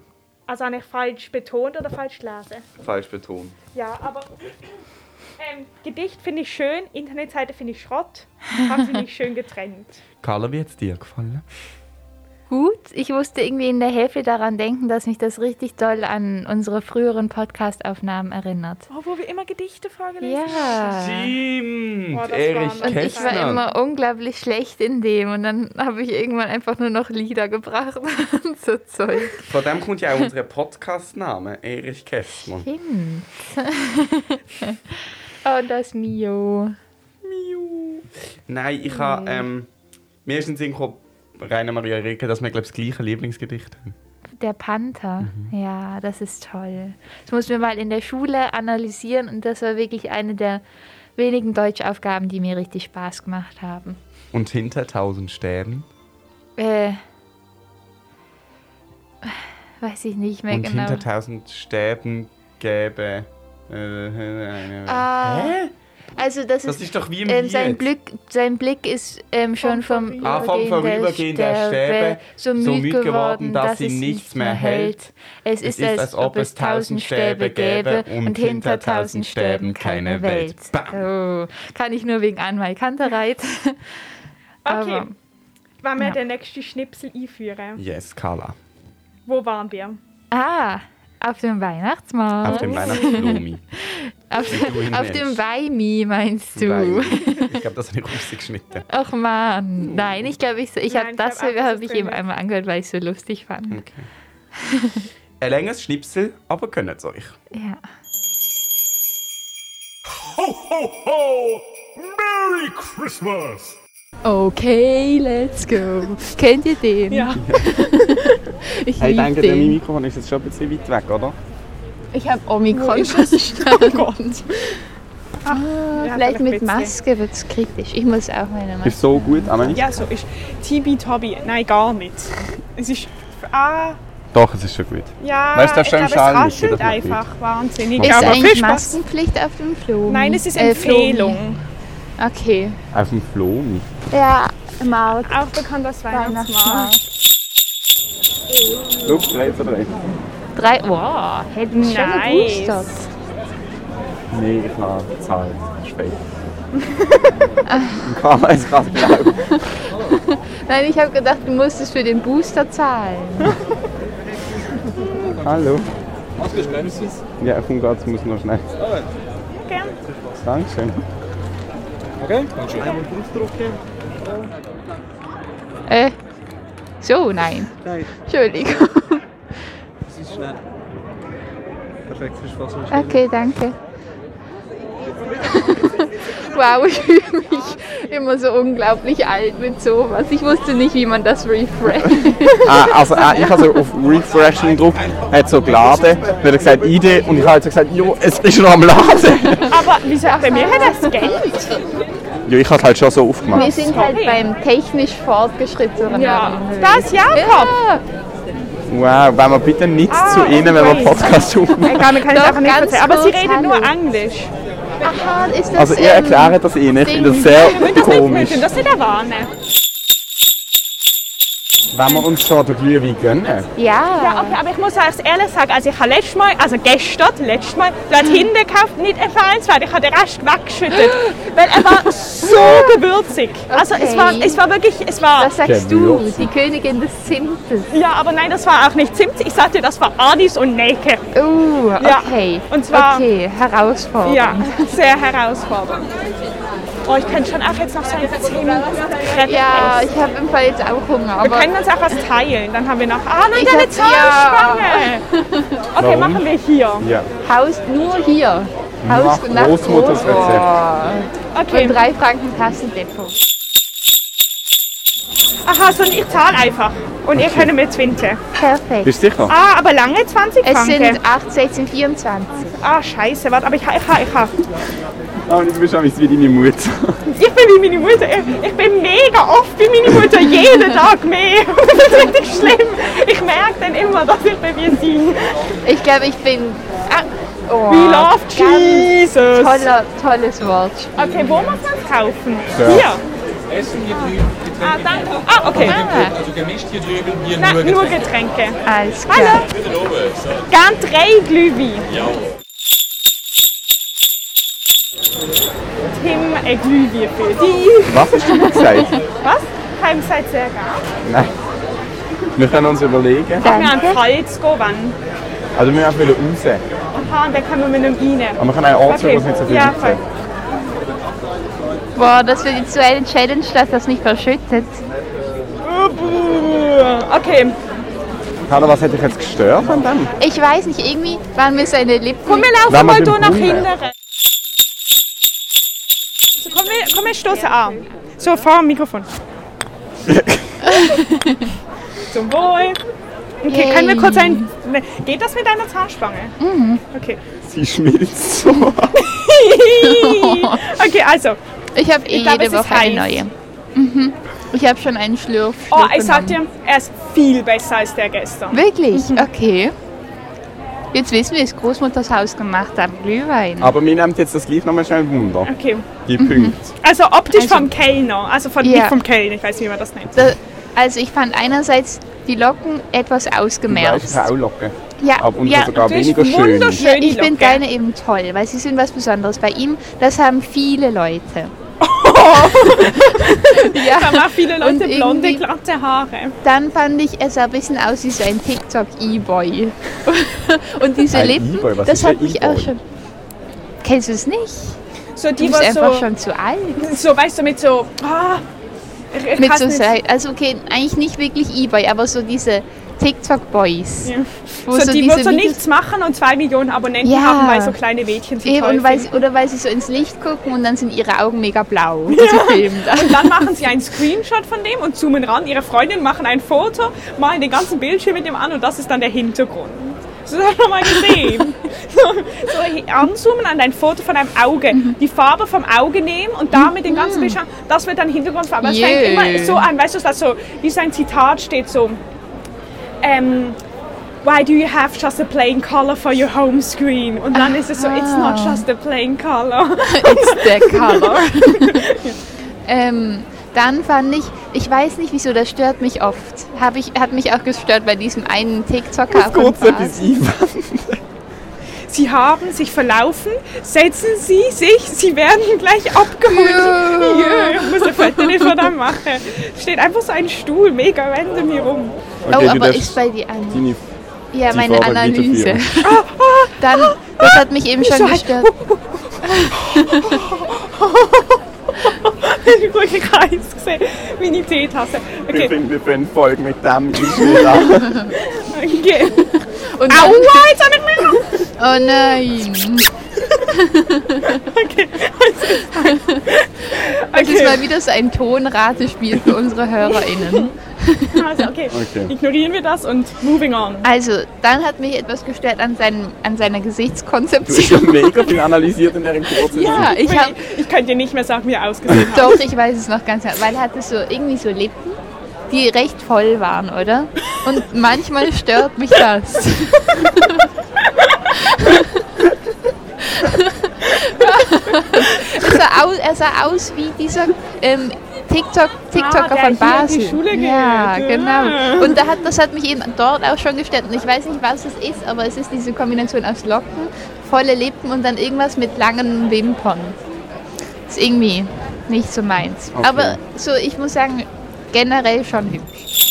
S2: Also habe ich falsch betont oder falsch gelesen?
S4: falsch betont.
S2: Ja, aber ähm, Gedicht finde ich schön, Internetseite finde ich Schrott, haben sie nicht schön getrennt.
S4: Carla, wie hat es dir gefallen?
S1: Gut, ich musste irgendwie in der Hälfte daran denken, dass mich das richtig doll an unsere früheren Podcast-Aufnahmen erinnert.
S2: Oh, wo wir immer Gedichte vorgelesen
S1: Ja.
S4: Stimmt,
S2: Äh. Boah, das
S4: Erich
S2: war-
S1: Und ich war
S4: Kästner.
S1: immer unglaublich schlecht in dem und dann habe ich irgendwann einfach nur noch Lieder gebracht und so Zeug.
S4: Von dem kommt ja auch unser Podcast-Name, Erich Kästner.
S1: Stimmt. oh, das Mio.
S4: Nein, ich
S2: Mhm.
S4: habe... Ähm, mir ist in den Sinn gekommen, Rainer Maria Rilke, dass wir, glaube ich, das gleiche Lieblingsgedicht haben.
S1: Der Panther.
S4: Mhm.
S1: Ja, das ist toll. Das mussten wir mal in der Schule analysieren und das war wirklich eine der wenigen Deutschaufgaben, die mir richtig Spaß gemacht haben.
S4: Und hinter tausend Sternen.
S1: Äh. Weiß ich nicht mehr
S4: und
S1: genau.
S4: hinter tausend Sternen gäbe... Äh, eine
S1: Ah,
S4: Hä?
S1: Also das
S4: Das
S1: ist,
S4: ist doch wie im
S1: ähm, sein
S4: Lied.
S1: Blick, sein Blick ist ähm, schon vom Vorübergehen,
S4: Ah, vom Vorübergehen der Stäbe
S1: so müd geworden, dass sie
S4: nichts mehr hält.
S1: Es ist, als, ob es tausend Stäbe gäbe und hinter tausend Stäben keine Welt. Oh, kann ich nur wegen Anmal Kantereit.
S2: Okay,
S1: Aber-
S2: wollen wir
S1: Ja.
S2: den nächsten Schnipsel einführen?
S4: Yes, Carla.
S2: Wo waren wir?
S1: ah, auf dem Weihnachtsmarkt.
S4: Auf dem Weihnachtsblumen.
S1: auf,
S4: Du
S1: auf dem
S4: Mensch.
S1: Weimi meinst du?
S4: Nein, Ich glaube, das habe ich rausgeschnitten.
S1: Ach man, nein, ich glaube, ich, ich
S2: Nein,
S1: habe
S2: ich
S1: das
S2: glaub auch, das
S1: habe
S2: ist
S1: ich
S2: drin.
S1: eben einmal angehört, weil ich es so lustig fand.
S4: Ein längeres Schnipsel, aber gönnt euch.
S1: Ja.
S3: Ho, ho, ho! Merry Christmas!
S9: Okay, let's go. Kennt ihr den? Ja. ich
S4: Hey,
S9: lieb
S4: denke, mein
S9: den.
S4: Mikrofon ist jetzt schon ein bisschen weit weg, oder?
S9: Ich habe Omikron verstanden. Oh Gott.
S2: Ja,
S6: Vielleicht mit
S2: witzig.
S6: Maske wird es kritisch. Ich muss auch meine Maske.
S4: Ist so gut, aber nicht?
S2: Ja, so ist Tibi Tobi. Nein, gar nicht. Es ist. Ah,
S4: Doch, es ist schon gut.
S2: ja.
S4: Weißt du, darfst
S2: ich
S4: du einen
S2: glaube,
S4: Schal
S2: es
S4: nicht,
S2: raschelt
S4: das macht nichts.
S2: einfach. Wahnsinnig.
S6: Ist
S2: Ja, aber viel
S6: eigentlich
S2: Spaß.
S6: Maskenpflicht auf dem Flo?
S2: Nein, es ist
S6: Äh, Flomi.
S2: Empfehlung.
S6: Okay.
S4: Auf dem Floh nicht.
S6: Ja, Mark,
S2: Auch bekannt als Weihnachtsmarkt.
S6: Weihnachtsmarkt.
S4: Schau, drei zu drei.
S1: Drei, wow, hätten schon
S2: Nice.
S1: gewusst.
S4: Nee, ich habe Zahlen. Spät. Carla ist krass blau.
S1: Nein, ich habe gedacht, du musstest für den Booster zahlen.
S4: Hallo. Ja, auf dem Gas muss noch schnell. Dankeschön.
S1: Äh, so, nein. Entschuldigung.
S6: Okay, danke.
S1: Wow, ich fühle mich immer so unglaublich alt mit sowas. Ich wusste nicht, wie man das refresht.
S4: Ah, also ah, ich habe so auf Refreshing gedruckt, hat so geladen, wird gesagt Idee und ich habe halt so gesagt, jo, es ist noch am Laden.
S2: Aber wieso? Bei mir hat das Geld.
S4: Jo, ich habe halt schon so aufgemacht.
S6: Wir sind halt beim technisch fortgeschrittenen.
S2: Ja. Das Jakob.
S1: Ja,
S4: Wow, wenn wir bitte nichts zu Ihnen, wenn wir Podcast aufnehmen.
S2: Egal, wir können es
S6: Doch,
S2: einfach nicht
S6: ganz
S2: erzählen. Aber sie
S6: kurz,
S2: reden nur Englisch.
S6: Aha, ist das,
S4: Also ihr
S6: ähm,
S4: erklärt das Ihnen, ich finde das sehr komisch.
S2: Das sind Erwarnen.
S4: Wenn wir uns schon den Glühwein gönnen.
S2: Ja, okay, aber ich muss euch ehrlich sagen, also ich habe letztes Mal, also gestern, letztes Mal, dort hinten gekauft, nicht erfahrenswert. Ich habe den Rest weggeschüttet, weil er war so gewürzig. Also es, war, es war wirklich, es war...
S1: was sagst du?
S4: Gewürzt.
S1: Die Königin des Zimtes.
S2: Ja, aber nein, das war auch nicht Zimt. Ich sagte, das war Anis und Nelke.
S6: Oh,
S1: Uh,
S2: Ja,
S1: okay.
S2: und zwar-
S1: Okay, herausfordernd.
S2: Ja, sehr herausfordernd. Oh, ich könnte schon auch jetzt noch so ein bisschen Krette
S1: Ja,
S2: essen.
S1: ich habe im Fall jetzt auch Hunger,
S2: Wir
S1: aber
S2: können uns auch was teilen. Dann haben wir noch... Ah, nein,
S1: Ich
S2: deine
S1: hab- ja.
S2: Zahnspange! Okay,
S4: Warum?
S2: machen wir hier.
S4: Ja.
S1: Haus nur hier.
S9: Haus
S4: Nach Großmutters Rezept.
S9: Okay. Und drei Franken Kassendepot.
S2: Aha, so ich zahle einfach. Und ihr könnt mir 20.
S9: Perfekt.
S4: Bist du sicher?
S2: Ah, aber lange 20
S9: Es
S2: Franken.
S9: sind 8, 16, 24.
S2: ah, scheiße, warte, aber ich habe, ich habe, ich habe.
S4: Aber du bist wie deine Mutter.
S2: Ich bin wie meine Mutter. Ich, ich bin mega oft wie meine Mutter. Jeden Tag mehr. Das ist richtig schlimm. Ich merke dann immer, dass ich bei mir bin.
S9: Ich glaube, ich bin. Ah, oh,
S2: We
S1: Ah,
S2: love Jesus.
S9: toller, tolles Wort.
S2: Okay, wo muss man es kaufen?
S4: Ja.
S2: Hier.
S10: Essen hier drüben, Getränke.
S2: Ah, danke. Ah, okay.
S9: Ah,
S10: Also gemischt hier drüben, hier
S2: Nein,
S10: nur
S2: nur
S10: Getränke.
S2: Getränke.
S9: alles klar.
S10: Bitte lobe. So,
S2: Gern drei Glühwein.
S10: ja.
S2: Tim, ein Glühwein für dich.
S4: Was hast du denn gesagt?
S2: Was? Heimzeit sehr gern.
S4: Nein. Wir können uns überlegen.
S2: Wir haben Hals gehen, wann.
S4: Also wir müssen einfach raus.
S2: Aha, und dann können wir mit einem rein.
S4: Aber wir können einen Ort suchen, wo es nicht so viel
S2: Ja,
S4: gibt.
S2: voll.
S9: Boah, das wird jetzt so eine Challenge, dass das nicht verschüttet.
S2: Okay,
S4: Carla, was hätte dich jetzt gestört an dem?
S9: Ich weiß nicht, irgendwie waren mir seine Lippen.
S2: komm, wir
S4: Wenn man
S2: laufen mal
S4: den
S2: hier nach
S4: Brunnen-
S2: hinten. So, komm, wir, komm, wir stoßen an. So, vor dem Mikrofon. Zum Wohl. Okay,
S9: Yay.
S2: können wir kurz ein... Ne, geht das mit deiner Zahnspange? Mhm. Okay.
S4: Sie schmilzt so.
S2: okay, also.
S9: Ich habe eh
S2: Ich glaub,
S9: jede
S2: es ist
S9: Woche eine
S2: heiß.
S9: neue. Mhm. Ich habe schon einen Schlürf.
S2: Oh,
S9: Schluck
S2: ich sag
S9: genommen.
S2: dir, er ist viel besser als der gestern.
S9: Wirklich?
S2: mhm.
S9: Okay. Jetzt wissen wir, dass Großmutters Haus gemacht hat. Glühwein.
S4: Aber wir nehmen jetzt das gleich nochmal schnell Wunder.
S2: Okay.
S4: Die Punkte.
S2: Also optisch
S9: Also-
S2: vom Kellner. Also von,
S9: Ja.
S2: nicht vom Kellner, ich weiß nicht, wie man das nennt.
S9: Da, also ich fand einerseits die Locken etwas
S4: Du weißt,
S9: ausgemerzt.
S4: ich auch locken.
S9: Ja,
S4: Aber und
S9: ja,
S4: sogar
S2: das ist
S4: weniger schön.
S2: wunderschön.
S9: ja,
S2: Schöne
S9: ich finde
S2: Locke.
S9: deine eben toll, weil sie sind was Besonderes. Bei ihm, das haben viele Leute.
S2: Da haben auch viele
S9: Und
S2: Leute blonde,
S9: irgendwie-
S2: glatte Haare.
S9: Dann fand ich, es sah ein bisschen aus wie so ein TikTok-E-Boy. Und diese
S4: Ein
S9: Lippen,
S4: E-Boy? Was
S9: das
S4: ist ein
S9: hat mich auch
S4: E-Boy?
S9: schon... Kennst du es nicht?
S2: So,
S9: Du
S2: die,
S9: bist
S2: die
S9: einfach
S2: so,
S9: schon zu alt.
S2: so, weißt du, mit so... Ah, ich, ich
S9: Mit
S2: kann's
S9: so
S2: nicht-
S9: sei- also okay, eigentlich nicht wirklich E-Boy, aber so diese TikTok-Boys.
S2: Ja.
S9: Wo
S2: So, die, die so
S9: Videos-
S2: nichts machen und zwei Millionen Abonnenten
S9: Ja.
S2: haben, weil so kleine Mädchen sie
S9: Eben,
S2: toll
S9: und weil sie,
S2: finden.
S9: oder weil sie so ins Licht gucken und dann sind ihre Augen mega blau. Und sie filmen das.
S2: Und dann machen sie einen Screenshot von dem und zoomen ran. Ihre Freundin machen ein Foto, malen den ganzen Bildschirm mit dem an und das ist dann der Hintergrund. So habe ich noch mal gesehen. so, so hi- anzoomen an ein Foto von einem Auge, die Farbe vom Auge nehmen und damit den ganzen Bildschirm, das wird dann Hintergrundfarbe. Aber es fängt
S9: Yeah.
S2: immer so an, weißt du, dass so, wie so ein Zitat steht, so, ähm, Why do you have just a plain color for your home screen? Und dann ist es so, it's not just a plain color.
S9: It's the color. ähm, dann fand ich, ich weiß nicht wieso, das stört mich oft. Hab ich, hat mich auch gestört bei diesem einen TikToker. von
S4: Kurz
S9: Bart.
S4: etwas einwenden.
S2: Sie haben sich verlaufen, setzen Sie sich, Sie werden gleich abgeholt. Jö, ich muss ein Foto nicht von dem machen. Steht einfach so ein Stuhl mega random hier rum.
S9: oh,
S4: du
S9: aber
S4: darfst
S9: ist bei dir an.
S4: deine
S9: Ja,
S4: die
S9: meine
S4: Vorarbeit
S9: Analyse.
S4: weiterführen.
S9: Dann, das hat mich eben schon gestört.
S2: Ich habe einen Kreis gesehen, meine Teetasse.
S4: Wir
S2: Okay,
S4: sind- Wir können Folgen mit dem einschlagen.
S2: okay.
S9: Und
S2: Aua,
S9: dann,
S2: jetzt hab ich mich
S9: oh nein. Das ist mal
S2: Okay,
S9: wieder so ein Tonratespiel für unsere HörerInnen.
S2: also, okay.
S4: Okay.
S2: Ignorieren wir das und moving on.
S9: Also, dann hat mich etwas gestört an, seinem, an seiner
S4: Du hast ja
S9: Gesichtskonzeption.
S4: mega viel analysiert in dieser kurzen
S9: Ja,
S4: Zeit.
S9: ich habe
S2: ich kann dir nicht mehr sagen, wie er ausgesehen hat.
S9: doch, ich weiß es noch ganz genau, weil er hatte so irgendwie so Lippen, die recht voll waren, oder? Und manchmal stört mich das. er, sah aus, er sah aus wie dieser ähm, TikTok, TikToker
S2: Ah, der
S9: von
S2: hier in die
S9: Basel.
S2: Schule geht.
S9: ja,
S2: Ah.
S9: genau. Und da hat, das hat mich eben dort auch schon gestört. Und ich weiß nicht, was es ist, aber es ist diese Kombination aus Locken, volle Lippen und dann irgendwas mit langen Wimpern. Ist irgendwie nicht so meins.
S4: Okay.
S9: Aber so, ich muss sagen, generell schon hübsch.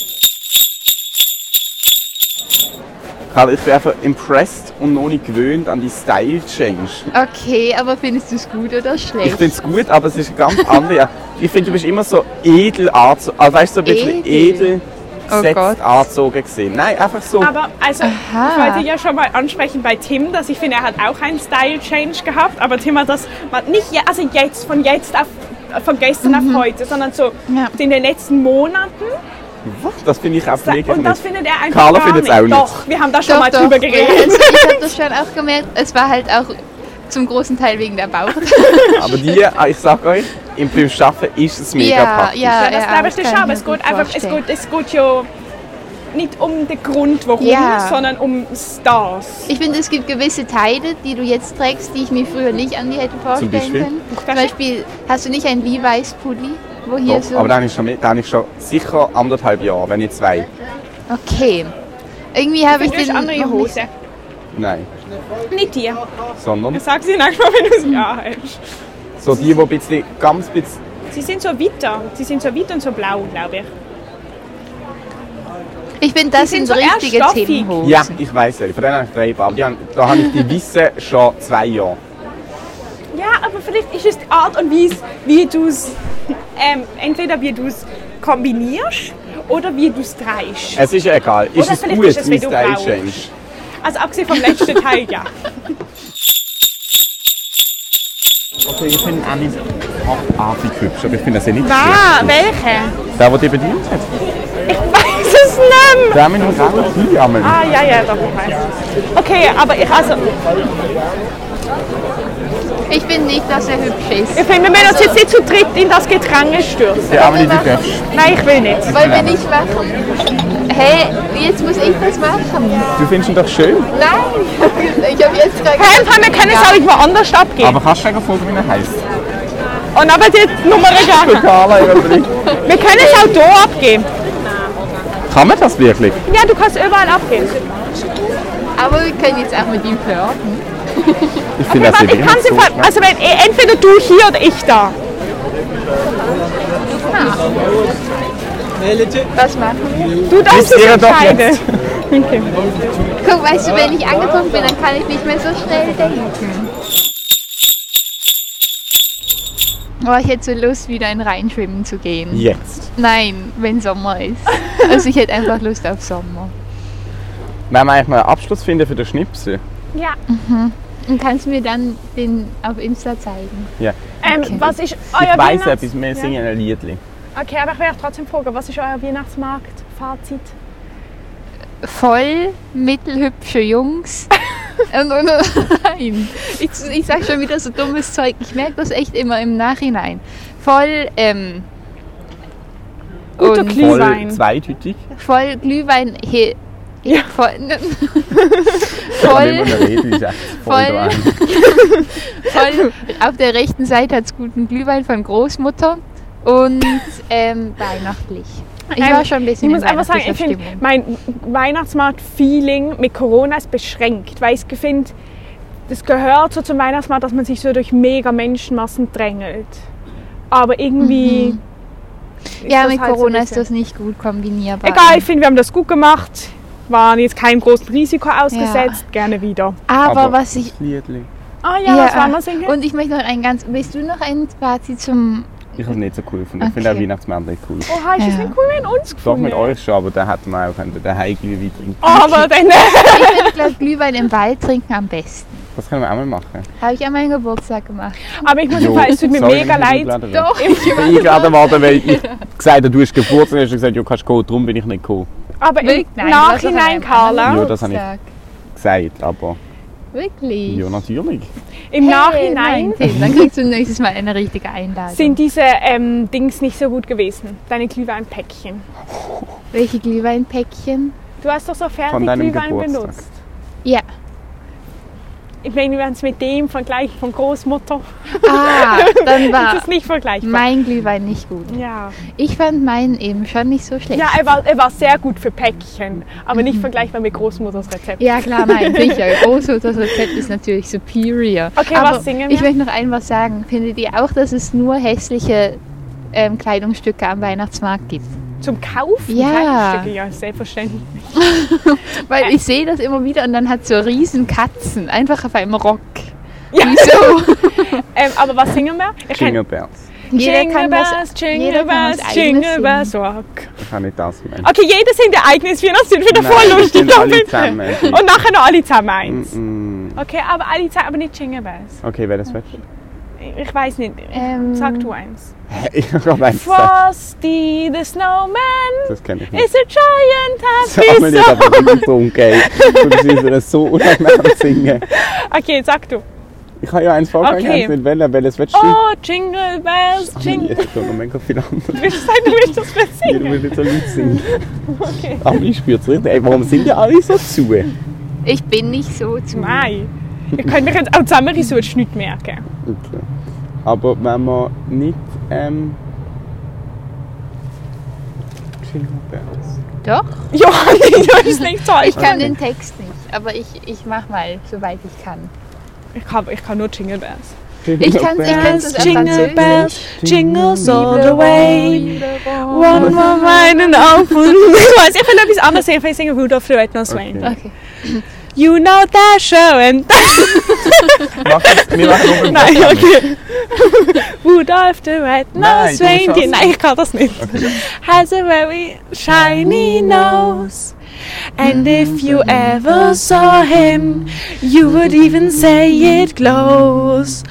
S4: Carla, ich bin einfach impressed und noch nicht gewöhnt an die Style-Change.
S9: Okay, aber findest du es gut oder
S4: Ich
S9: schlecht?
S4: finde es gut, aber es ist ganz anders. Ich finde, du bist immer so edel, also, also weißt du, so ein bisschen edel.
S9: Edel. Oh
S4: gesetzt
S9: Gott.
S4: angezogen gesehen. Nein, einfach
S9: Oh.
S4: so.
S2: Aber also, ich wollte ja schon mal ansprechen bei Tim, dass ich finde, er hat auch einen Style-Change gehabt, aber Tim hat das man- nicht je, also jetzt, von jetzt auf, von gestern
S9: Mhm.
S2: auf heute, sondern so in den letzten Monaten.
S4: das finde ich auch wirklich
S2: Und das
S4: nicht.
S2: findet er einfach
S4: Carla
S2: gar
S4: findet es auch nicht.
S2: Doch, wir haben da schon
S9: Doch,
S2: mal
S9: doch.
S2: drüber geredet.
S9: Also ich habe das schon auch gemerkt. Es war halt auch zum großen Teil wegen der Bauch.
S4: Aber die, ah, ich sag euch, im beim Schaffen ist es mega praktisch.
S2: ja, das
S9: ja,
S2: glaube ich
S9: das
S2: dir
S9: kann
S2: schon, aber
S9: ich
S2: es
S9: mir
S2: geht
S9: gut
S2: einfach, es
S9: vorstellen.
S2: geht, es geht ja nicht um den Grund, warum,
S9: Ja.
S2: sondern um Stars.
S9: Ich finde, es gibt gewisse Teile, die du jetzt trägst, die ich mir früher nicht an dir hätte vorstellen
S4: Beispiel?
S9: können. Zum Beispiel, hast du nicht einen Levi's Pulli, wo hier
S4: Doch,
S9: so...
S4: aber dann ist schon, dann ist schon sicher anderthalb Jahre, wenn nicht zwei.
S9: okay. Irgendwie habe ich
S2: finde,
S9: den
S2: du hast andere
S9: noch nicht-
S2: Hose.
S4: Nein,
S2: Nicht dir.
S4: sondern
S2: Sag sie manchmal, wenn du
S9: Mhm.
S2: es ja hast.
S4: so die, die ein bisschen, ganz bisschen,
S2: Sie sind so weiter. Sie sind so weit und so blau, glaube ich.
S9: Ich finde, das
S2: Die sind
S9: sind,
S2: so eher
S9: richtige
S2: stoffig.
S9: Themenhosen.
S4: ja, ich weiss nicht, von denen habe ich drei Paar, aber die haben, da habe ich die Wissen schon zwei Jahre.
S2: Ja, aber vielleicht ist es die Art und Weise, wie du es. Ähm, entweder wie du es kombinierst oder wie du es trägst.
S4: Es ist ja egal, ist
S2: Oder
S4: es
S2: vielleicht
S4: gut,
S2: ist es, wenn
S4: mein
S2: du
S4: Style
S2: blau
S4: Change?
S2: Also abgesehen vom letzten Teil, ja.
S4: Okay, ich finde Anni abartig hübsch, aber ich finde das ja nicht
S2: Ah,
S4: schlecht.
S2: welche?
S4: Der, der die bedient hat.
S2: Weiß es nicht!
S4: Der mit dem Rauch hinjammeln.
S2: Ah, ja, ja, doch, ich weiß. Okay, aber ich, also,
S9: Ich finde nicht, dass er hübsch ist.
S2: ich finde, wir müssen uns jetzt nicht zu dritt in das Gedränge stürzen.
S4: Ja, aber nicht die darfst.
S2: Nein, ich will nicht.
S9: Wollen wir nicht machen? Hä? jetzt muss ich das machen?
S4: Du findest ihn doch schön.
S9: Nein! Ich habe jetzt gerade...
S2: Hey, Anton, wir können es auch irgendwo anders abgeben.
S4: Aber kannst du dir vorstellen, wie er heisst?
S2: Und aber die Nummer gegangen.
S4: Carla überbringt.
S2: Wir können es auch hier abgeben.
S4: Kann man das wirklich?
S2: Ja, du kannst überall abgeben.
S9: Aber wir können jetzt auch mit ihm flirten.
S4: Ich finde das
S2: Warte, ich
S4: wirklich
S2: kann sie
S4: so
S2: ver
S4: schlecht.
S2: Also wenn, entweder du hier oder ich da.
S9: Was machen wir?
S2: Du darfst
S4: Ist
S2: es
S4: ihre doch
S2: entscheiden.
S4: jetzt.
S2: Okay.
S9: Guck, weißt du, wenn ich angetrunken bin, dann kann ich nicht mehr so schnell denken. Oh, ich hätte so Lust, wieder in Reinschwimmen zu gehen.
S4: Jetzt.
S9: Nein, wenn Sommer ist. Also ich hätte einfach Lust auf Sommer.
S4: Wenn wir eigentlich mal einen Abschluss finden für den Schnipsel.
S2: Ja.
S9: Und kannst du mir dann den auf Insta zeigen?
S4: Ja.
S2: Ähm, Was ist euer
S4: Ich weiss
S2: Weihnachts-
S4: etwas, wir singen ein Liedli.
S2: Okay, aber ich werde trotzdem fragen, was ist euer Weihnachtsmarkt-Fazit?
S9: Voll mittelhübsche Jungs. Und, und, und, nein, ich, ich sage schon wieder so dummes Zeug. Ich merke das echt immer im Nachhinein. Voll, ähm,
S2: Guter
S9: Und-
S4: Voll
S2: Glühwein.
S4: zweideutig.
S9: voll Glühwein. He, ja. Voll, ne,
S4: Kann nicht
S9: voll,
S4: mehr reden, ist echt voll
S9: Voll.
S4: dran.
S9: voll. Auf der rechten Seite hat es guten Glühwein von Großmutter. Und ähm, weihnachtlich. Ich
S2: Ähm,
S9: war schon ein bisschen
S2: Ich muss
S9: in
S2: einfach sagen, ich
S9: weihnachtlicher
S2: finde,
S9: Stimmung.
S2: mein Weihnachtsmarkt-Feeling mit Corona ist beschränkt, weil ich finde, das gehört so zum Weihnachtsmarkt, dass man sich so durch mega Menschenmassen drängelt. Aber irgendwie. ist
S9: Ja,
S2: das halt
S9: mit
S2: so ein
S9: Corona ist
S2: bisschen-
S9: das nicht gut kombinierbar.
S2: Egal, ich finde, wir haben das gut gemacht, waren jetzt keinem großen Risiko ausgesetzt, gerne wieder.
S9: Aber, was ich.
S4: das Liedli.
S2: Ah ja, was wollen wir singen?
S9: äh, Und ich möchte noch ein ganz. Willst du noch ein Fazit zum.
S4: Ich habe es nicht so cool gefunden. Ich finde auch
S9: Okay.
S4: Weihnachtsmann nicht cool.
S2: Oha, ist das
S9: Ja.
S2: nicht cool, wenn uns
S4: Doch
S2: gefunden
S4: mit euch schon, aber da hätten wir auch können. Den Heimglühwein trinken.
S2: Aber dann. äh,
S9: Ich würde, glaube Glühwein im Wald trinken am besten.
S4: Das können wir auch mal machen.
S9: Habe ich an meinem Geburtstag gemacht.
S2: Aber ich muss
S4: Jo,
S2: sagen, es tut mir
S4: sorry,
S2: mega
S4: wenn ich nicht
S2: leid.
S4: eingeladen werde.
S2: Ich-
S4: Ich bin eingeladen worden, weil ich gesagt habe, du hast Geburtstag. Und hast du gesagt, du kannst gehen, darum bin ich nicht gekommen.
S2: Aber im
S9: Wirklich? Nein, das ist
S2: Nachhinein,
S9: an einem anderen
S4: Ja,
S2: Carla,
S4: das habe ich
S9: Geburtstag.
S4: gesagt, aber
S9: Wirklich?
S4: ja, natürlich.
S2: im
S9: Hey,
S2: Nachhinein
S9: nein, Tim, dann kriegst du nächstes Mal eine richtige Einladung.
S2: sind diese ähm, Dings nicht so gut gewesen. Deine Glühweinpäckchen.
S9: Welche Glühweinpäckchen?
S2: Du hast doch so fertig
S4: Von deinem
S2: Glühwein
S4: Geburtstag.
S2: benutzt.
S9: Ja.
S2: Ich meine, wir haben es mit dem vergleichen von Großmutter.
S9: Ah, dann
S2: Das
S9: war
S2: ist nicht vergleichbar.
S9: mein Glühwein nicht gut.
S2: ja.
S9: Ich fand meinen eben schon nicht so schlecht.
S2: ja, er war, er war sehr gut für Päckchen, aber nicht vergleichbar mit Großmutters Rezept.
S9: Mhm. Ja, klar, nein, sicher. Oh, Großmutter, das Rezept ist natürlich superior.
S2: Okay,
S9: Aber
S2: was singen wir?
S9: Ich möchte noch ein was sagen. Findet ihr auch, dass es nur hässliche ähm, Kleidungsstücke am Weihnachtsmarkt gibt?
S2: Zum Kaufen?
S9: Ja.
S2: Kleidungsstücke, ja, selbstverständlich.
S9: Weil ich sehe das immer wieder und dann hat so riesen Katzen einfach auf einem Rock. Wieso?
S2: Ähm, aber was singen wir? Ich kenn-
S4: Jingle Bells.
S9: Jeder
S2: Jingle
S9: kann was-
S2: Bells, Jingle
S9: jeder kann was
S2: Bells,
S9: eigenes
S2: Jingle
S9: singen.
S2: Bells Rock.
S4: Ich
S11: ich habe nicht das gemeint.
S2: Okay, jeder singt ein eigenes Weihnachtslied, wieder
S11: Nein,
S2: voll
S11: wir
S2: lustig.
S11: singen alle
S2: doppelt.
S11: zusammen.
S2: Und nachher noch alle zusammen eins.
S4: Hm,
S11: Mm,
S2: Okay, aber alle zusammen, aber nicht Jingle Bells.
S11: Okay, wer das willst?
S2: Ich weiß nicht,
S11: Ähm,
S2: sag du eins.
S11: Ich habe eins gesagt.
S2: Frosty the Snowman
S11: Das kenne ich nicht.
S2: is a giant happy
S11: Sammel nicht, aber das
S2: soul.
S11: ist okay. Du bist wieder so unangenehm zu singen.
S2: Okay, sag du.
S11: Ich habe ja eins vorgegangen,
S2: Okay.
S11: okay. nicht wählen, welches willst du?
S2: Oh, Jingle Bells, Jingle...
S11: Ich habe noch mega viel anderes.
S2: Du willst sagen, du willst das nicht
S11: Ich will
S2: singen?
S11: nicht so laut singen.
S2: Okay.
S11: Aber ich spüre es richtig. Ey, warum sind ja alle so zu?
S9: Ich bin nicht so zu.
S2: Nein. Ihr könnt mich jetzt auch zusammenreißen, würdest du nicht merken.
S11: Okay. Aber wenn man nicht. Ähm, Jingle Bells.
S9: Doch?
S2: Johanni, du hast nicht so
S9: Ich
S2: verstanden.
S9: kann den Text nicht, aber ich, ich mach mal, soweit ich kann.
S2: Ich kann, ich kann nur Jingle Bells.
S9: Ich kann's- ich kann's auf
S2: Jingle
S9: Französisch.
S2: Bells, Jingles all the way. One more weinen auf und... Ich weiß, ich will etwas anderes singen. Ich will singen Rudolph the Red-Nosed Reindeer.
S9: Okay.
S2: You know that show and
S11: Wir machen noch
S2: Nein, okay. Rudolph the Red-Nosed
S11: Nein, du schaffst
S2: Reindeer.
S11: es.
S2: Nein, ich kann das nicht. Has a very shiny nose. Mm-hmm. And if you ever saw him, you would even say it glows.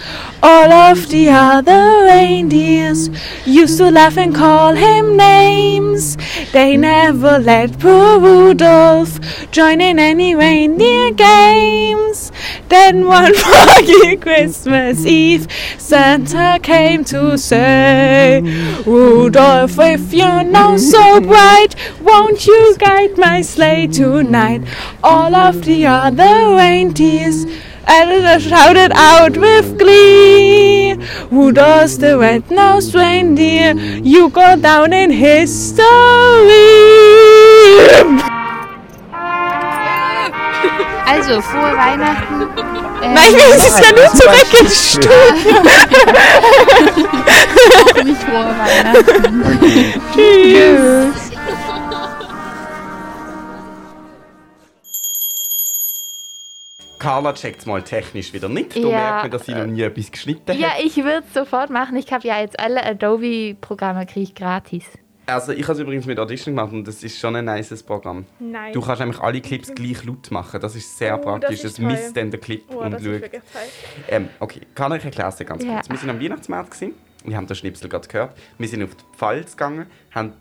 S2: All of the other reindeers used to laugh and call him names. They never let poor Rudolph join in any reindeer games. Then one foggy Christmas Eve, Santa came to say, Rudolph, if you're now so bright, won't you guide my sleigh tonight? All of the other reindeers and shouted out with glee. Rudolph the red-nosed reindeer, you go down in history.
S9: Also, frohe Weihnachten. Ähm,
S2: Nein, es ist ja nur zurück ins Studio.
S9: auch nicht frohe Weihnachten.
S2: Tschüss.
S4: Carla checkt es mal technisch wieder nicht. Du
S1: Ja.
S4: merkst mir, dass sie noch nie etwas geschnitten
S1: Ja,
S4: hat.
S1: ich würde es sofort machen. Ich habe ja jetzt alle Adobe-Programme krieg ich gratis.
S4: Also ich habe es übrigens mit Audition gemacht und das ist schon ein nices Programm.
S2: Nice.
S4: Du kannst nämlich alle Clips gleich laut machen. Das ist sehr
S2: Oh,
S4: praktisch.
S2: das ist
S4: Das,
S2: toll.
S4: misst dann den Clip
S2: Oh,
S4: und
S2: das ist
S4: schaut.
S2: wirklich toll.
S4: Ähm, okay, kann ich erklären dir ganz
S2: Ja.
S4: kurz. Wir sind am Weihnachtsmarkt gewesen. Wir haben den Schnipsel gerade gehört. Wir sind auf die Pfalz gegangen, haben